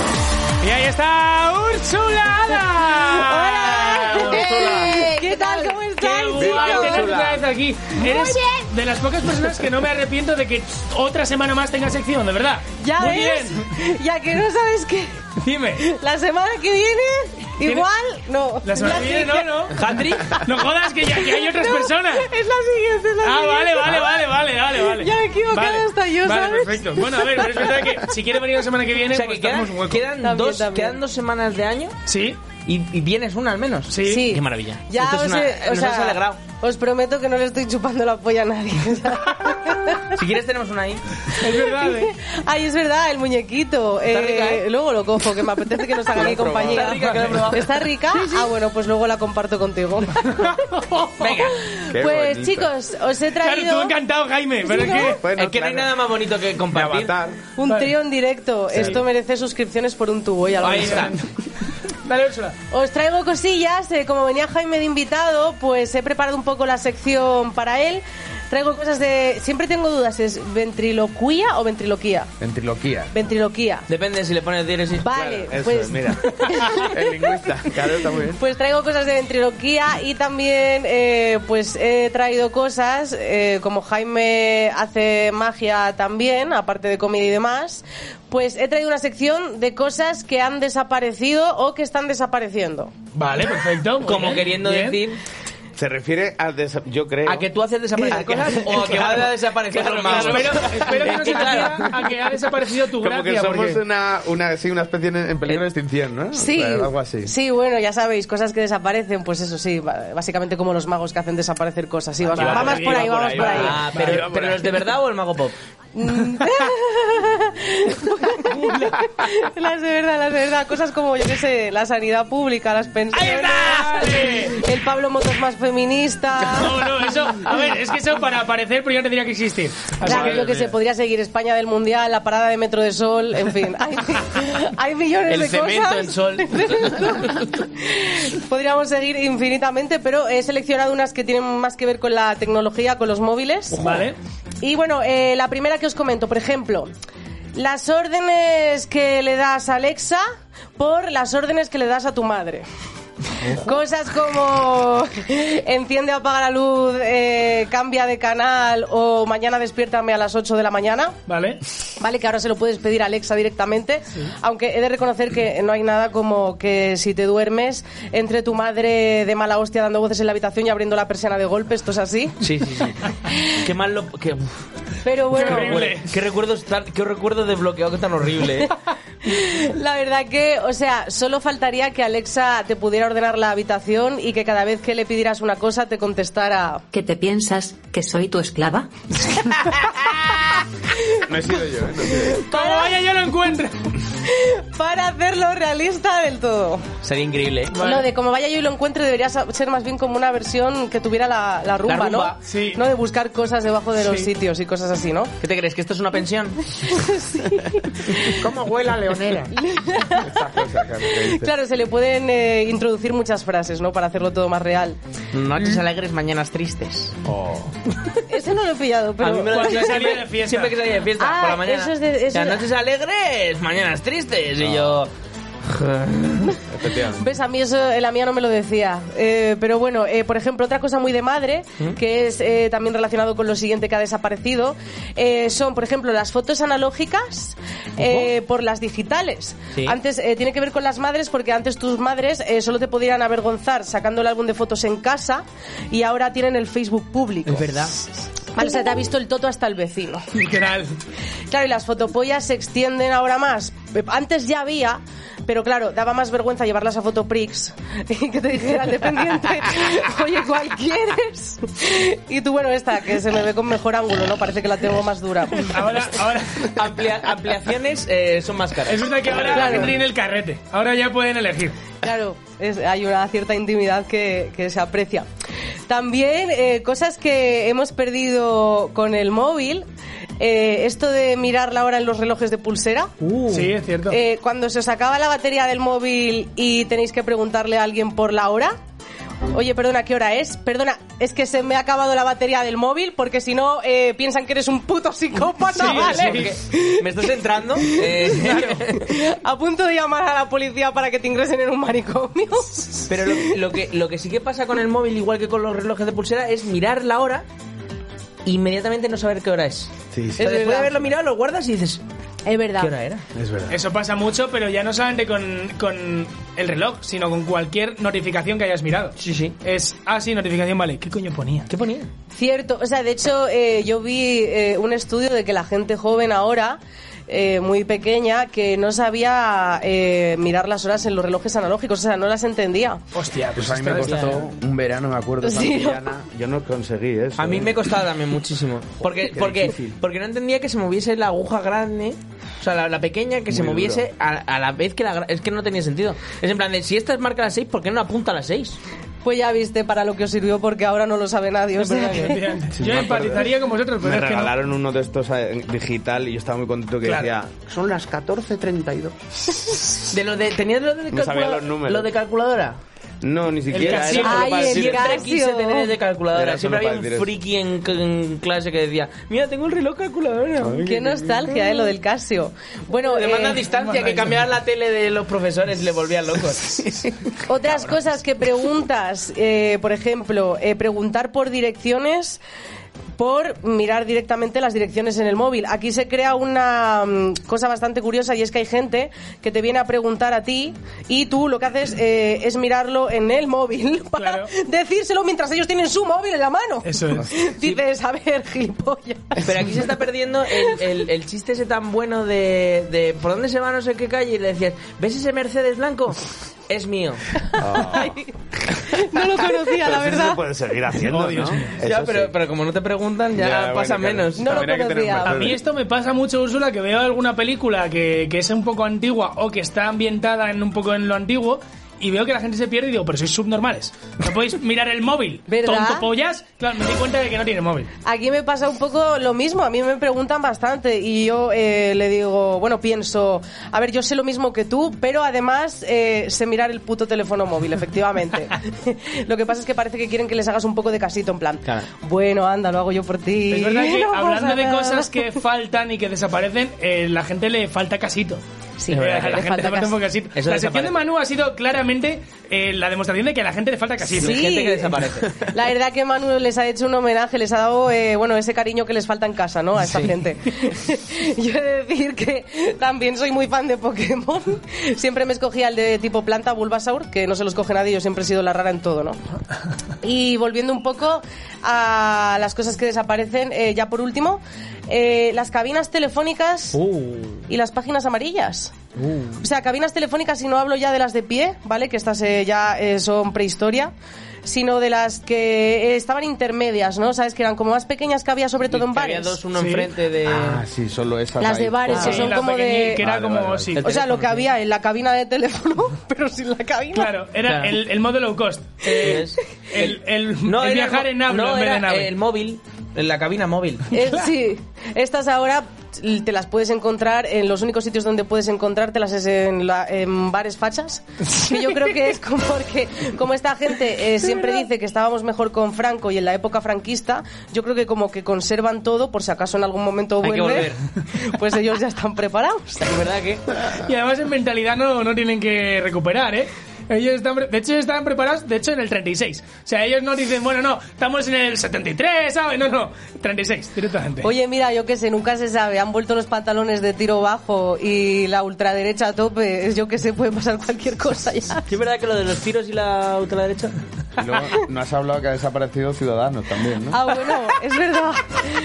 Y ahí está Úrsula Ada.
¡Eh! ¿Qué tal? ¿Cómo
Qué
estáis?
guay
chicos?
tenerte otra vez aquí.
Muy
Eres
bien.
de las pocas personas que no me arrepiento de que otra semana más tenga sección, de verdad.
Ya
Muy
ves,
bien.
ya que no sabes que
Dime.
la semana que viene
¿Tiene-
igual no.
La semana que viene, no, no. No jodas, que ya, ya hay otras
No,
personas.
Es la siguiente, es la
Ah, vale,
siguiente.
vale, vale, vale, vale, vale.
Ya me he equivocado
Vale,
hasta yo,
vale,
¿sabes?
perfecto. Bueno, a ver, pero es verdad que si quiere venir la semana que viene,
O sea,
pues
que
tenemos un
quedan,
hueco.
quedan
También,
dos,
también.
quedan dos semanas de año
¿Sí?
y, y vienes una al menos.
Sí.
Sí.
Qué
(laughs)
maravilla.
Ya
Esto es
os,
una-
he- o
nos
sea,
has alegrado.
os prometo que no le estoy chupando la polla a nadie. (laughs)
Si quieres tenemos una ahí.
Es verdad, ¿eh?
Ay, es verdad, el muñequito. Eh,
rica, ¿eh?
Luego lo cojo, que me apetece que nos haga mi compañía.
Está rica, que lo he probado.
¿Está rica? Ah, bueno, pues luego la comparto contigo.
(laughs) Venga.
Qué
pues
bonito.
chicos, os he
Claro, tú
traído
encantado, Jaime, pero es
(laughs) ¿no?
que...
Bueno,
es que no hay
claro.
nada más bonito que
Mi
compartir.
avatar.
un trío en directo. Esto merece suscripciones por un tubo y algo
Ahí
así.
está.
Dale, Úrsula.
Os traigo cosillas, eh, como venía Jaime de invitado, pues he preparado un poco la sección para él. Traigo cosas de... Siempre tengo dudas, ¿es ventriloquía o ventriloquía?
Ventriloquía.
Ventriloquía.
Depende si le pones diéresis.
Vale,
Eso
pues...
es, mira. El lingüista. Claro, está muy bien.
Pues traigo cosas de ventriloquía y también eh, pues he traído cosas eh, como Jaime hace magia también, aparte de comedia y demás, pues he traído una sección de cosas que han desaparecido o que están desapareciendo.
Vale, perfecto. muy
Como
bien,
queriendo
bien.
decir
Se refiere al desa- yo creo.
a que tú haces desaparecer cosas o a que van a desaparecer los magos.
Espero, espero que no
(laughs)
se
Claro.
refiera a que ha desaparecido tu
Como que
gracia,
somos
porque...
una, una, sí, una especie en, en peligro de extinción, ¿no?
Sí,
O sea, Algo así.
sí, bueno, ya sabéis, cosas que desaparecen, pues eso sí, ba- básicamente como los magos que hacen desaparecer cosas. Sí, vamos,
va
vamos
por ahí,
por
va por ahí,
ahí, vamos por ahí.
Ah,
Vale,
pero,
va por
pero
ahí.
los de verdad o el mago pop.
(laughs) las de verdad, las de verdad. Cosas como, yo qué sé, la sanidad pública, las pensiones.
está!
El Pablo Motos más
(laughs) No,
feminista.
no, eso... A ver, es que eso para aparecer primero tendría que existir. Así
Claro,
que-
yo que sé, podría seguir España del Mundial, la parada de Metro de Sol, en fin. Hay,
(laughs)
hay millones
El
de
cemento,
cosas.
el sol.
(laughs) Podríamos seguir infinitamente, pero he seleccionado unas que tienen más que ver con la tecnología, con los móviles.
Vale.
Y bueno, eh, la primera que os comento, por ejemplo, las órdenes que le das a Alexa por las órdenes que le das a tu madre. Cosas como enciende o apaga la luz, eh, cambia de canal o mañana despiértame a las 8 de la mañana.
Vale.
Vale, que ahora se lo puedes pedir a Alexa directamente. Aunque he de reconocer que no hay nada como que si te duermes, entre tu madre de mala hostia dando voces en la habitación y abriendo la persiana de golpe, esto es así.
Sí, sí,
(laughs)
sí. qué mal lo. Qué, uf,
Pero bueno.
qué recuerdo- qué recuerdos tan, qué recuerdo desbloqueado que tan horrible. ¿eh?
La verdad que, o sea, solo faltaría que Alexa te pudiera ordenar la habitación y que cada vez que le pidieras una cosa te contestara.
¿Qué te piensas? ¿Que soy tu esclava?
No he sido yo, ¿eh? No he sido yo.
Como vaya yo lo encuentro.
Para hacerlo realista del todo.
Sería increíble. ¿eh?
Lo de como vaya yo y lo encuentre debería sa- ser más bien como una versión que tuviera la, la rumba,
La rumba,
¿no? No de buscar cosas debajo de los sitios y cosas así, ¿no?
¿Qué te crees? ¿Que esto es una pensión?
(laughs)
¿Cómo huele a leonera?
Claro, se le pueden eh, introducir muchas frases, ¿no? Para hacerlo todo más real.
Noches alegres, mañanas tristes.
(laughs) Ese no lo he pillado, pero...
a mí me lo decía siempre, siempre que salía de fiesta,
Ah,
por la mañana.
eso es de- eso
Las
es de-
noches alegres, mañanas tristes. Y yo.
Efectivamente.
¿Ves? A mí eso, eh, la mía no me lo decía. Eh, pero bueno, eh, por ejemplo, otra cosa muy de madre,
¿Mm?
que es eh, también relacionado con lo siguiente que ha desaparecido, eh, son, por ejemplo, las fotos analógicas eh, por las digitales.
Sí.
Antes eh, tiene que ver con las madres porque antes tus madres eh, solo te podían avergonzar sacando el álbum de fotos en casa y ahora tienen el Facebook público.
Es verdad.
Vale, o sea, te ha visto el toto hasta el vecino.
Literal.
Claro, y las fotopollas se extienden ahora más. Antes ya había, pero claro, daba más vergüenza llevarlas a Fotoprix (laughs) y que te dijeran dependiente, (laughs) oye, ¿cuál quieres? Y tú, bueno, esta, que se me ve con mejor ángulo, ¿no? Parece que la tengo más dura.
Ahora, ahora.
Amplia- ampliaciones eh, son más caras.
Es verdad que ahora la
Claro.
gente tiene el carrete. Ahora ya pueden elegir.
Claro, es- hay una cierta intimidad que, que se aprecia. También eh, cosas que hemos perdido con el móvil. eh, esto de mirar la hora en los relojes de pulsera.
Sí, es cierto.
Eh, cuando se os acaba la batería del móvil y tenéis que preguntarle a alguien por la hora. Oye, perdona, ¿qué hora es? Perdona, es que se me ha acabado la batería del móvil porque si no eh, piensan que eres un puto psicópata,
Sí,
¿vale?
porque ¿Me estás entrando? Eh,
(laughs) A punto de llamar a la policía para que te ingresen en un manicomio.
Pero lo, lo que, lo que sí que pasa con el móvil, igual que con los relojes de pulsera, es mirar la hora e inmediatamente no saber qué hora es.
Sí,
O sea, después de
verdad.
haberlo mirado, lo guardas y dices,
Es verdad.
¿qué hora era?
Es verdad.
Eso pasa mucho, pero ya no solamente con, con el reloj, sino con cualquier notificación que hayas mirado. Sí, sí. Es, ah, sí, notificación, vale. ¿Qué coño ponía?
¿Qué ponía?
Cierto, o sea, de hecho eh, yo vi eh, un estudio de que la gente joven ahora, eh, muy pequeña, que no sabía eh, mirar las horas en los relojes analógicos, o sea, no las entendía.
Hostia,
Pues a mí me
está
costó un verano, me acuerdo,
Sí.
Santillana. Yo no conseguí eso. ¿eh?
A mí me costaba también muchísimo. Porque,
qué
porque,
difícil.
porque no entendía que se moviese la aguja grande, o sea, la, la pequeña, que se
Muy
moviese a, a la vez que la gra- Es que no tenía sentido. Es en plan de, si esta marca las 6, ¿por qué no apunta a las 6?
Pues ya viste para lo que os sirvió porque ahora no lo sabe nadie. o sea que-
Sí,
yo
me
empatizaría con vosotros, pero
Me
es que no.
regalaron uno de estos eh, digital y yo estaba muy contento que
Claro.
decía... Son las 14.32.
De lo de, ¿Tenías lo de,
No sabía
calcula-
los números.
lo de calculadora?
No, ni siquiera.
Casio.
era solo para decir-
siempre quise tener de
Era
calculadora.
solo
Siempre
para
había un
decir eso.
friki en, en clase que decía, mira, tengo el reloj calculadora.
(laughs) Qué nostalgia, eh, lo del Casio. Bueno,
Le manda
eh,
a distancia que cambiaban la tele de los profesores y le volvían
(laughs)
locos.
Otras cosas que preguntas, eh, por ejemplo, eh, preguntar por direcciones por mirar directamente las direcciones en el móvil. Aquí se crea una mm, cosa bastante curiosa y es que hay gente que te viene a preguntar a ti y tú lo que haces eh, es mirarlo en el móvil (laughs) para decírselo mientras ellos tienen su móvil en la mano.
Eso es.
(laughs) Dices, a ver, gilipollas.
Pero aquí se está perdiendo el, el- el chiste ese tan bueno de, de por dónde se va no sé qué calle y le decías, ¿ves ese Mercedes blanco? Es mío.
No lo conocía, la
Pero eso Pues se
verdad.
puede seguir haciendo,
Oh, Dios
¿no?
mío.
Eso
ya, pero,
sí.
pero como no te preguntan, ya,
Ya, bueno,
pasa
claro.
menos.
No lo
También hay que tener
conocía.
un
A
buen
mí esto me pasa mucho, Úrsula, que veo alguna película que, que es un poco antigua o que está ambientada en un poco en lo antiguo y veo que la gente se pierde y digo, pero sois subnormales. No
(laughs)
podéis mirar el móvil.
¿Verdad?
Tonto pollas. Claro, me di cuenta de que no tiene móvil.
Aquí me pasa un poco lo mismo, a mí me preguntan bastante y yo eh, le digo, bueno, pienso, a ver, yo sé lo mismo que tú, pero además eh, sé mirar el puto teléfono móvil,
(laughs)
efectivamente. (laughs) lo que pasa es que parece que quieren que les hagas un poco de casito, en plan, bueno, anda, lo hago yo por ti.
Es verdad que
(laughs) no pasa
hablando de
nada.
cosas que faltan y que desaparecen, eh, la gente le falta casito.
Sí,
Eh, a
es verdad
la
que le
gente
falta
le falta un poco
cas-
casito.
Eso
La sección
desaparece.
de Manu ha sido básicamente eh, la demostración de que a la gente le falta casi
Sí. Gente que desaparece. La verdad que Manuel les ha hecho un homenaje, les ha dado eh, bueno ese cariño que les falta en casa, ¿no? A esta gente. (laughs) Yo he de decir que también soy muy fan de Pokémon. Siempre me escogía el de tipo planta Bulbasaur, que no se los coge nadie, yo siempre he sido la rara en todo, ¿no? Y volviendo un poco a las cosas que desaparecen, eh, ya por último, eh, las cabinas telefónicas y las páginas amarillas. O sea, cabinas telefónicas, si no hablo ya de las de pie, ¿vale? Que estas eh, ya eh, son prehistoria, sino de las que eh, estaban intermedias, ¿no? ¿Sabes? Que eran como más pequeñas que había sobre todo en bares.
Había dos, uno enfrente de...
Ah, sí, solo esas.
Las
ahí.
de bares,
Ah.
que son como de...
que era Vale, como- vale, vale. sí.
O sea, lo que había en la cabina de teléfono, (laughs) pero sin la cabina.
Claro, era
Claro.
El, el modo low cost. Eh, el, el- el
era
viajar
mo-
en nave,
no,
en vez
era
de nave.
el móvil, en la cabina móvil. (laughs)
Eh, sí, estas ahora te las puedes encontrar en los únicos sitios donde puedes encontrártelas es en, la- en bares fachas. Que yo creo que es como porque como esta gente eh, siempre dice que estábamos mejor con Franco y en la época franquista, yo creo que como que conservan todo por si acaso en algún momento
Hay que
vuelve, (laughs) pues ellos ya están preparados.
Es verdad que...
Y además en mentalidad no, no tienen que recuperar, ¿eh? Ellos están, pre- de hecho, están preparados, de hecho, en el 36. O sea, ellos no dicen, bueno, no, estamos en el 73, ¿sabes? No, no, 36, directamente.
Oye, mira, yo qué sé, nunca se sabe. Han vuelto los pantalones de tiro bajo y la ultraderecha a tope. Yo qué sé, puede pasar cualquier cosa ya.
¿Es verdad que lo de los tiros y la ultraderecha?
Y luego, no has hablado que ha desaparecido Ciudadanos también, ¿no?
Ah, bueno, es verdad.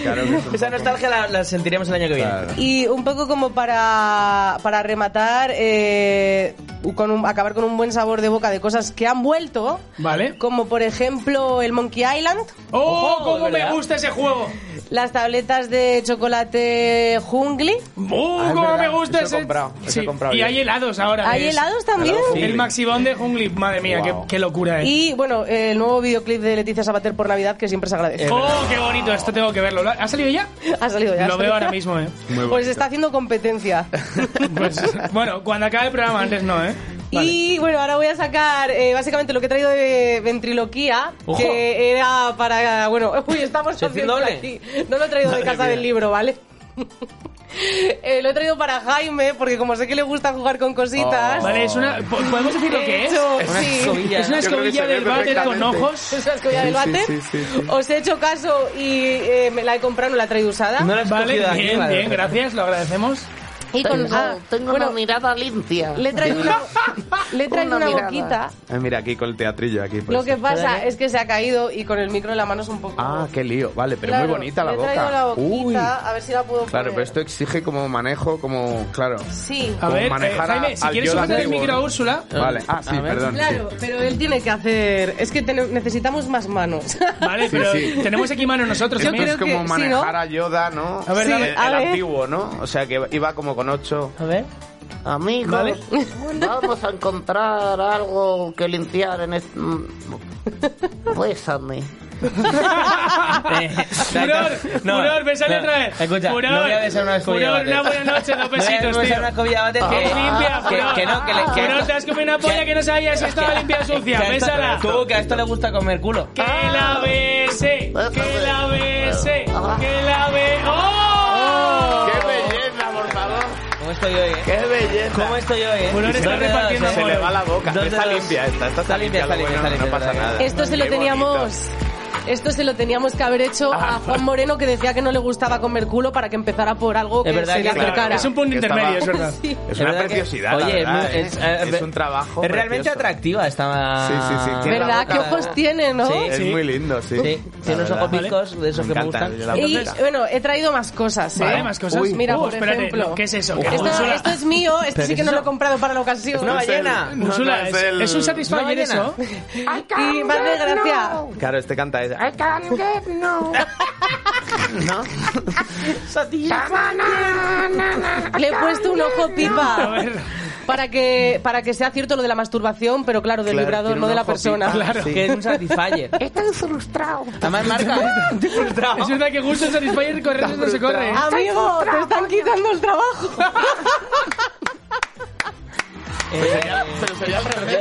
Claro que es un
Esa nostalgia la, la sentiremos el año que viene.
Y un poco como para, para rematar, eh, con un- acabar con un buen sabor de boca de cosas que han vuelto.
Vale.
Como por ejemplo el Monkey Island.
¡Oh, cómo me gusta ese juego!
Las tabletas de chocolate jungli.
¡Uh, cómo me gusta ese! Sí,
comprado
y
yo.
hay helados ahora.
¿Hay
que
helados también? Helado
El
Jungli.
maximón de Jungli, madre mía, qué, qué locura ¿eh? es.
Y bueno, el nuevo videoclip de Leticia Sabater por Navidad que siempre se agradece.
¡Oh, qué bonito! Esto tengo que verlo. ¿Lo- ¿Ha salido ya?
(laughs) Ha salido ya.
Lo veo ahora mismo, ¿eh?
Pues está haciendo
(laughs)
competencia.
Pues, bueno, cuando acabe el programa, antes no, ¿eh?
Y bueno, ahora voy a sacar eh, básicamente lo que he traído de ventriloquía,
Ojo.
que era para. Bueno, (laughs) uy, estamos
Sección
haciendo
doble.
aquí. No lo he traído de
Madre
casa
mía.
del libro, ¿vale? (laughs) Eh, lo he traído para Jaime, porque como sé que le gusta jugar con cositas.
Oh. Vale, es una. po- ¿Podemos decir lo
He
que es?
hecho, sí.
Es una escobilla del váter con ojos.
(laughs) Es una escobilla del váter. Os he hecho caso y eh, me la he comprado, no la he traído usada.
Vale,
cogido de aquí,
bien,
vale.
bien, gracias, lo agradecemos.
Y con-
Tengo-
ah,
tengo
bueno,
una mirada limpia.
Le he traído una,
(laughs)
le he traído
Una
una
mirada.
boquita.
Eh, mira, aquí con el teatrillo. aquí. pues.
Pues
por
Lo que
eso.
¿eh?
pasa es que se ha caído y con el micro en la mano es un poco.
Ah, qué lío. Vale, pero
Claro,
muy bonita la
le he traído
boca.
la
Uy.
boquita, a ver si la puedo
Claro, pero
poner.
esto Ah, exige como manejo, como. Claro.
Sí.
Como
ver, eh,
manejar a-
Jaime, si
al
quieres
Yola
subirle el
Table.
micro a Úrsula.
Vale, ah, sí,
A ver.
perdón. sí.
Claro, pero él tiene que hacer. Es que tene- necesitamos
(laughs)
más manos.
Vale,
Sí,
pero
sí.
tenemos aquí mano nosotros
Esto
también.
es como manejar a Yoda, ¿no?
A ver,
Sí,
dame-
el,
a
el
ver.
antiguo, ¿no? O sea, que iba como con ocho.
A ver.
Amigos,
Vale.
vamos a encontrar algo que limpiar en este... (laughs) Bésame.
(laughs) Furor, furor, besale
Eh, no.
otra vez.
Escucha,
furor,
no voy a besar una escobilla
Furor,
de
una
váter.
buena noche,
(laughs) No
dos
voy a
besitos,
besar
tío.
una escobilla de váter
Que
que-
(laughs) limpia,
que-
furor.
que no, que le- que-
Furor, te has comido una polla que no sabías si estaba limpia o sucia.
Que a esto-
Bésala.
Tú, que a esto le gusta comer culo.
Que la bese, que la bese, que la bese. ¡Oh!
¡Qué belleza, por favor!
¿Cómo estoy hoy, eh?
¡Qué belleza!
¿Cómo estoy hoy, eh?
Furor
Dos
está
dedos,
repartiendo
eh.
Se le va la boca.
Dos
Está
dedos.
limpia esta, esta está limpia,
está
lo
limpia,
bueno,
está
no
limpia,
pasa
está
nada.
Esto se lo
Qué bonito.
teníamos. Esto se lo teníamos que haber hecho a
Ah.
Juan Moreno que decía que no le gustaba comer culo para que empezara por algo que
Es verdad
se le
que- claro,
acercara.
Es un punto
Que estaba-
intermedio, es verdad.
(laughs) Sí.
Es
Es
una
verdad que-
preciosidad, la
Oye, es
verdad,
muy-
¿eh?
es-
es,
eh,
un trabajo
Es realmente
precioso.
atractiva esta...
Sí, sí, sí, tiene
¿Verdad?
la
¿Qué
boca-
ojos tiene, no?
Sí.
Es muy lindo, sí.
Sí, tiene unos
La
ojos
verdad.
picos de esos
Me
que me
encanta,
gustan.
yo la
Y
boca-
bueno, he traído más cosas, ¿eh?
Vale, más cosas.
Uy.
Mira,
Uh,
por
espérate,
ejemplo.
no, ¿qué es eso? ¿Qué
Esto,
Úrsula?
esto es mío, esto
¿Pero
sí
qué
que
es
no lo he
eso?
comprado para la ocasión.
una
No es el-
ballena.
no, no
Úrsula,
es
es,
el-
es un
No,
satisfyer
ballena.
eso.
I can't
Y me hace
get
gracia.
no.
Claro, este canta
Ah,
ese.
I can't get no. (laughs) Banana.
Le he puesto un ojo
A
pipa
ver,
para que para que sea cierto lo de la masturbación, pero claro, del
Claro,
vibrador,
tiene
no
un
de la
ojo
persona.
pipa.
claro.
Que es un satisfyer.
Estoy frustrado.
(laughs) Además marca... Estoy frustrado.
Es verdad que justo el satisfyer correr no se corre.
Amigo, te están quitando el trabajo.
Pues sería- pero sería al revés.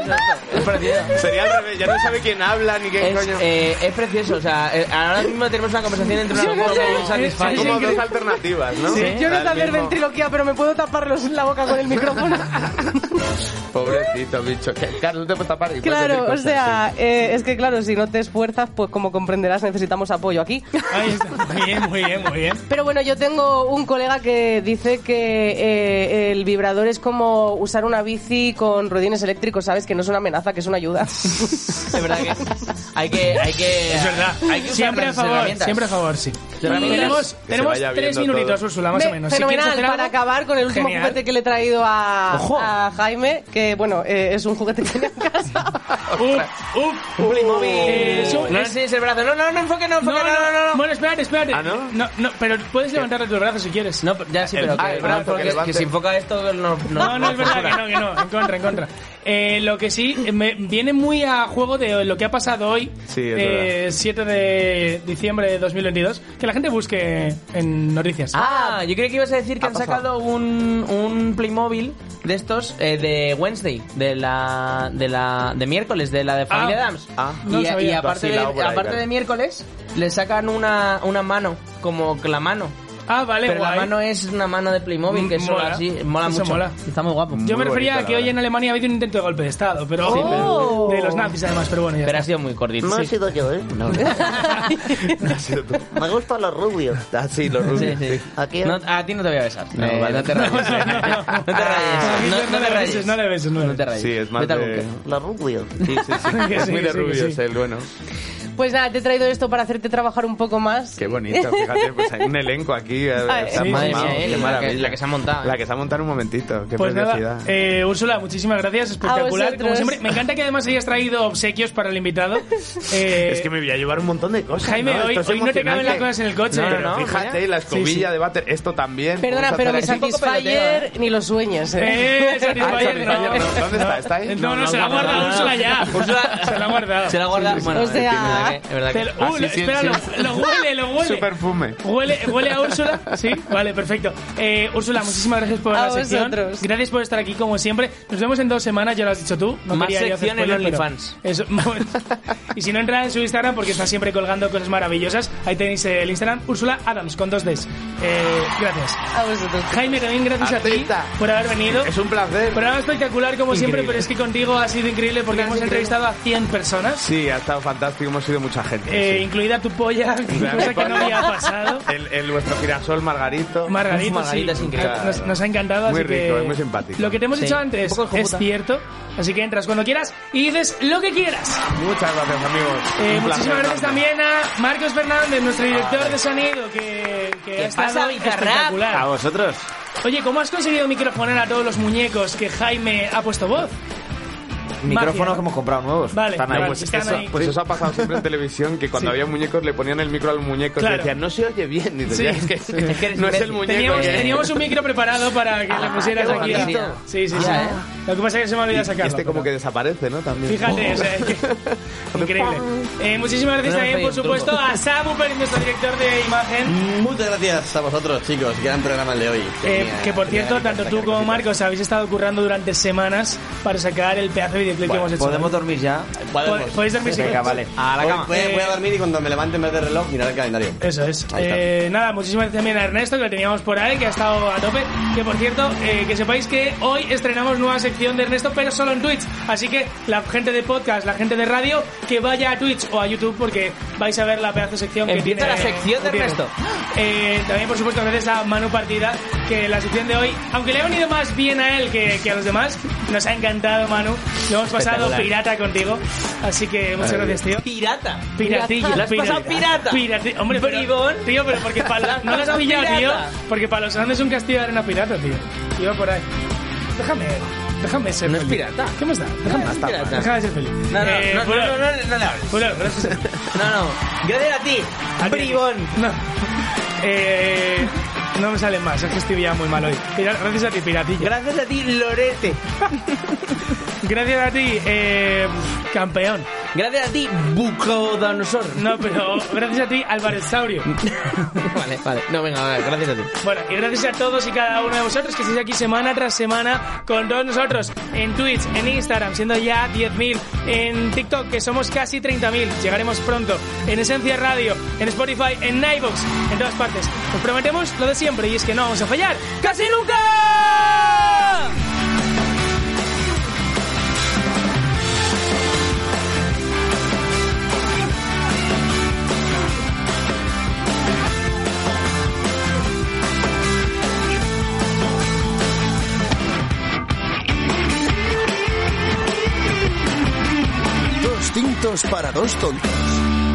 (laughs) Sería al revés, ya no sabe quién habla ni qué
es,
coño.
eh, es precioso, o sea, eh, ahora mismo tenemos una conversación entre
Yo no
nosotros
sé.
muy satisfactoria.
Como dos alternativas, ¿no?
Sí, yo no sé
Al
hacer
mismo-
ventriloquía, pero me puedo taparlos en la boca con el micrófono.
Pobrecito bicho. Que, claro, no te puedes tapar y puedes decir
Claro, o
cosas,
sea,
sí.
eh, es que claro, si no te esfuerzas, pues como comprenderás, necesitamos apoyo aquí.
Muy bien, muy bien, muy bien.
Pero bueno, yo tengo un colega que dice que eh, el vibrador es como usar una bici con rodines eléctricos, ¿sabes? Que no es una amenaza, que es una
(laughs)
ayuda.
Es verdad que hay que... Hay que
Es verdad.
Hay que usar
siempre a
las
favor,
herramientas.
siempre a favor, sí.
Herramientas.
Tenemos,
Que se
tenemos
vaya
tres
viendo
minutitos,
todo.
Úrsula, más
Ve,
o menos. Si quieres
Fenomenal,
hacer
para
algo-
acabar con el último
Genial.
juguete que le he traído a, a Jaime, que bueno, eh, es un juguete que tiene en casa.
(laughs)
Un Playmobil.
Eh, eso
no
es-
enseñes el brazo. No, no, no enfoque, no enfoque. No, no, no. no.
Bueno, espérate, espérate.
¿Ah, no?
No, no, pero puedes levantarle tu brazo si quieres. No,
Ya sí, pero que, no, porque que si enfoca esto, no...
No, no, es verdad que no, que no. En contra, en contra. Eh, lo que sí, eh, me viene muy a juego de lo que ha pasado hoy,
Sí, es
eh,
verdad.
7 de diciembre de 2022, que la gente busque en noticias.
Ah, yo creo que ibas a decir que han sacado un, un Playmobil de estos eh, de Wednesday, de la, de la de miércoles, de la de Familia
Ah.
Adams.
Ah. No
y,
sabía.
y aparte,
Lo
de,
has hilado por ahí,
aparte
claro.
de miércoles, le sacan una, una mano, como que la mano.
Ah, vale,
Pero
guay.
la mano es una mano de Playmobil, que
Mm,
es solo
mola.
así, mola
Eso
mucho.
mola.
Está muy guapo.
Yo me refería a que hoy en Alemania ha habido un intento de golpe de Estado, pero,
Sí, pero-
de los nazis además, pero bueno, ya
Oh. Pero ha
está.
sido muy cortito.
No
Sí.
he sido yo, ¿eh?
(laughs)
Me gustan los rubios.
Ah, sí, los rubios. sí.
Aquí
No, a ti no te voy a besar. No,
vale.
no
(laughs)
te rayes. No, te rayes. No, no te rayes.
Ah, No le beses, no le
No te rayes.
Sí, es más
Vete al
de...
búnker.
los rubios.
Sí, sí, sí.
Que
Es
sí,
muy
que
de
sí, que
rubios
sí.
el bueno.
Pues nada, te he traído esto para hacerte trabajar un poco más.
Qué bonito, fíjate, pues hay un elenco aquí. eh,
Ay,
está
sí,
formado,
sí, sí,
qué
la que-
maravilla.
la que se ha montado, eh.
La que se ha montado en un momentito, qué
Pues nada,
preciosidad.
eh, Úrsula, muchísimas gracias, espectacular. Como
vosotros.
siempre, me encanta que además hayas traído obsequios para el invitado. Eh,
es que me voy a llevar un montón de cosas.
Jaime,
¿no?
hoy-
Esto es
hoy no te caben
emocionante.
las cosas en el coche.
No, no,
Pero
no, fíjate,
mira.
la escobilla
Sí, sí.
de váter, esto también.
Perdona,
Podemos
pero
hacer
que
aquí-
Satisfyer ni lo sueñes, ¿eh?
Eh, Satisfyer, no.
Satisfyer, no. ¿Dónde está? ¿Está ahí?
No, no, se la ha
no, no,
guardado
no.
Úrsula
(laughs)
ya.
Úrsula-
Se la ha guardado.
Se Pues la guarda. Bueno,
O sea-
entiendo, es verdad que- es
Pero,
verdad
uh,
Ah,
lo-
sí, sí,
espera,
sí.
Lo, lo huele, lo huele.
Su perfume.
¿Huele, ¿Huele a Úrsula? Sí, vale, perfecto. Eh, Úrsula, muchísimas gracias por
A
la sección.
vosotros.
Gracias por estar aquí, como siempre. Nos vemos en dos semanas, ya lo has dicho tú.
Más
quería yo hacer
sección en
spoiler, pero-
OnlyFans.
Eso, (laughs) bueno. y si no, entrad en su Instagram porque está siempre colgando cosas maravillosas. Ahí tenéis eh, el Instagram, Úrsula Adams, con dos Ds. Eh, gracias.
A vosotros.
Jaime, también gracias a
Artista.
ti por haber venido.
Es un placer.
Programa espectacular como siempre, pero es que contigo ha sido increíble porque hemos entrevistado a 100 personas,
Sí, ha estado fantástico, hemos sido mucha gente.
eh,
sí.
incluida tu polla, (laughs) cosa que no había pasado.
El, el vuestro girasol Margarito.
Margarito,
Margarita
sí.
es increíble.
Nos, nos ha encantado.
Muy
así que-
rico, es muy simpático.
Lo que te hemos
Sí.
dicho
Un
antes
poco hijo
es
puta.
cierto, así que entras cuando quieras y dices lo que quieras.
Muchas gracias, amigos.
Eh,
Un placer
muchísimas gracias
enorme.
también a Marcos Fernández, nuestro director de sonido, que, que ha
¿Qué
estado
pasa, Bizarrap?
espectacular.
A vosotros.
Oye, ¿cómo has conseguido microfonar a todos los muñecos que Jaime ha puesto voz?
Micrófonos
Magia.
que hemos comprado nuevos.
Vale,
Están ahí.
vale,
Pues
están
eso-
ahí.
Pues eso ha pasado siempre en televisión, que cuando
Sí.
había muñecos le ponían el micro al muñeco
Claro.
y decían, no se oye bien. Y
Sí.
decían, es que,
(laughs) Es
que eres
no es
imbécil.
el muñeco.
Teníamos,
que-
teníamos un micro preparado para que le pusieras
qué
aquí.
bonito.
Sí, sí, sí.
Ya, ¿eh?
Lo que pasa es que se me ha olvidado
Y
sacarlo.
este como que
pero-
desaparece, ¿no? También. Oh.
Fíjate, o
(laughs)
sea, es que- increíble. Eh, muchísimas gracias
No me
también, por
pegué un
supuesto, a Sabu Pérez, nuestro director de imagen.
Muchas gracias a vosotros, chicos. Gran programa el de hoy.
eh,
Tenía-
que por
tenía
cierto,
ganas de
tanto tú
sacar
como
cositas.
Marcos habéis estado currando durante semanas para sacar el pedazo de videoclip que hemos hecho.
¿Podemos dormir ya?
Podemos.
Po- Podéis dormir si
Venga,
queréis.
vale.
A la
Voy-
cama.
Voy, voy a dormir y cuando me levante en vez de reloj mirar el calendario.
Eso es.
Ahí está.
Eh, nada, muchísimas gracias también a Ernesto, que lo teníamos por ahí, que ha estado a tope. Que por cierto, eh, que sepáis que hoy estrenamos nueva sección de Ernesto, pero solo en Twitch. Así que la gente de podcast, la gente de radio, que vaya a Twitch o a YouTube porque vais a ver la pedazo de sección que
Empieza
tiene.
la sección de
que tiene.
Ernesto.
Eh, también, por supuesto, gracias a Manu Partida, que la sección de hoy, aunque le ha venido más bien a él que, que a los demás, nos ha encantado, Manu. Lo hemos pasado
Espectacular.
pirata contigo. Así que muchas gracias, tío.
Pirata.
Piratilla,
¿Lo has pasado pirata?
Pirati- hombre, pero-
Bribón.
tío, pero porque para no lo has (laughs)
Pasado
pillado, tío,
pirata.
porque para los Andes es un castillo de arena pirata, tío. Iba por ahí. Déjame, déjame ser
No es
feliz.
pirata.
¿Qué más da? Déjame,
No es pirata.
déjame ser feliz.
No, no,
Eh,
no, no,
Fulano,
no, no, no le hables.
Fulano, gracias. (laughs)
No, no. Gracias a ti,
Adiós.
bribón.
No. Eh, no me salen más, es que estoy ya muy mal hoy. Pira- Gracias a ti, piratilla.
Gracias a ti, Lorete.
Gracias a ti, eh, campeón.
Gracias a ti,
(laughs)
Bucodonosor.
No, pero gracias a ti, Alvarezaurio.
vale, vale. No, venga, vale, gracias a ti.
Bueno, y gracias a todos y cada uno de vosotros que estáis aquí semana tras semana con todos nosotros en Twitch, en Instagram, siendo ya 10.000, en TikTok, que somos casi 30.000, llegaremos pronto, en Esencia Radio, en Spotify, en iVoox, en todas partes. Os prometemos lo de siempre y es que no vamos a fallar casi nunca.
Dos tintos para dos tontos.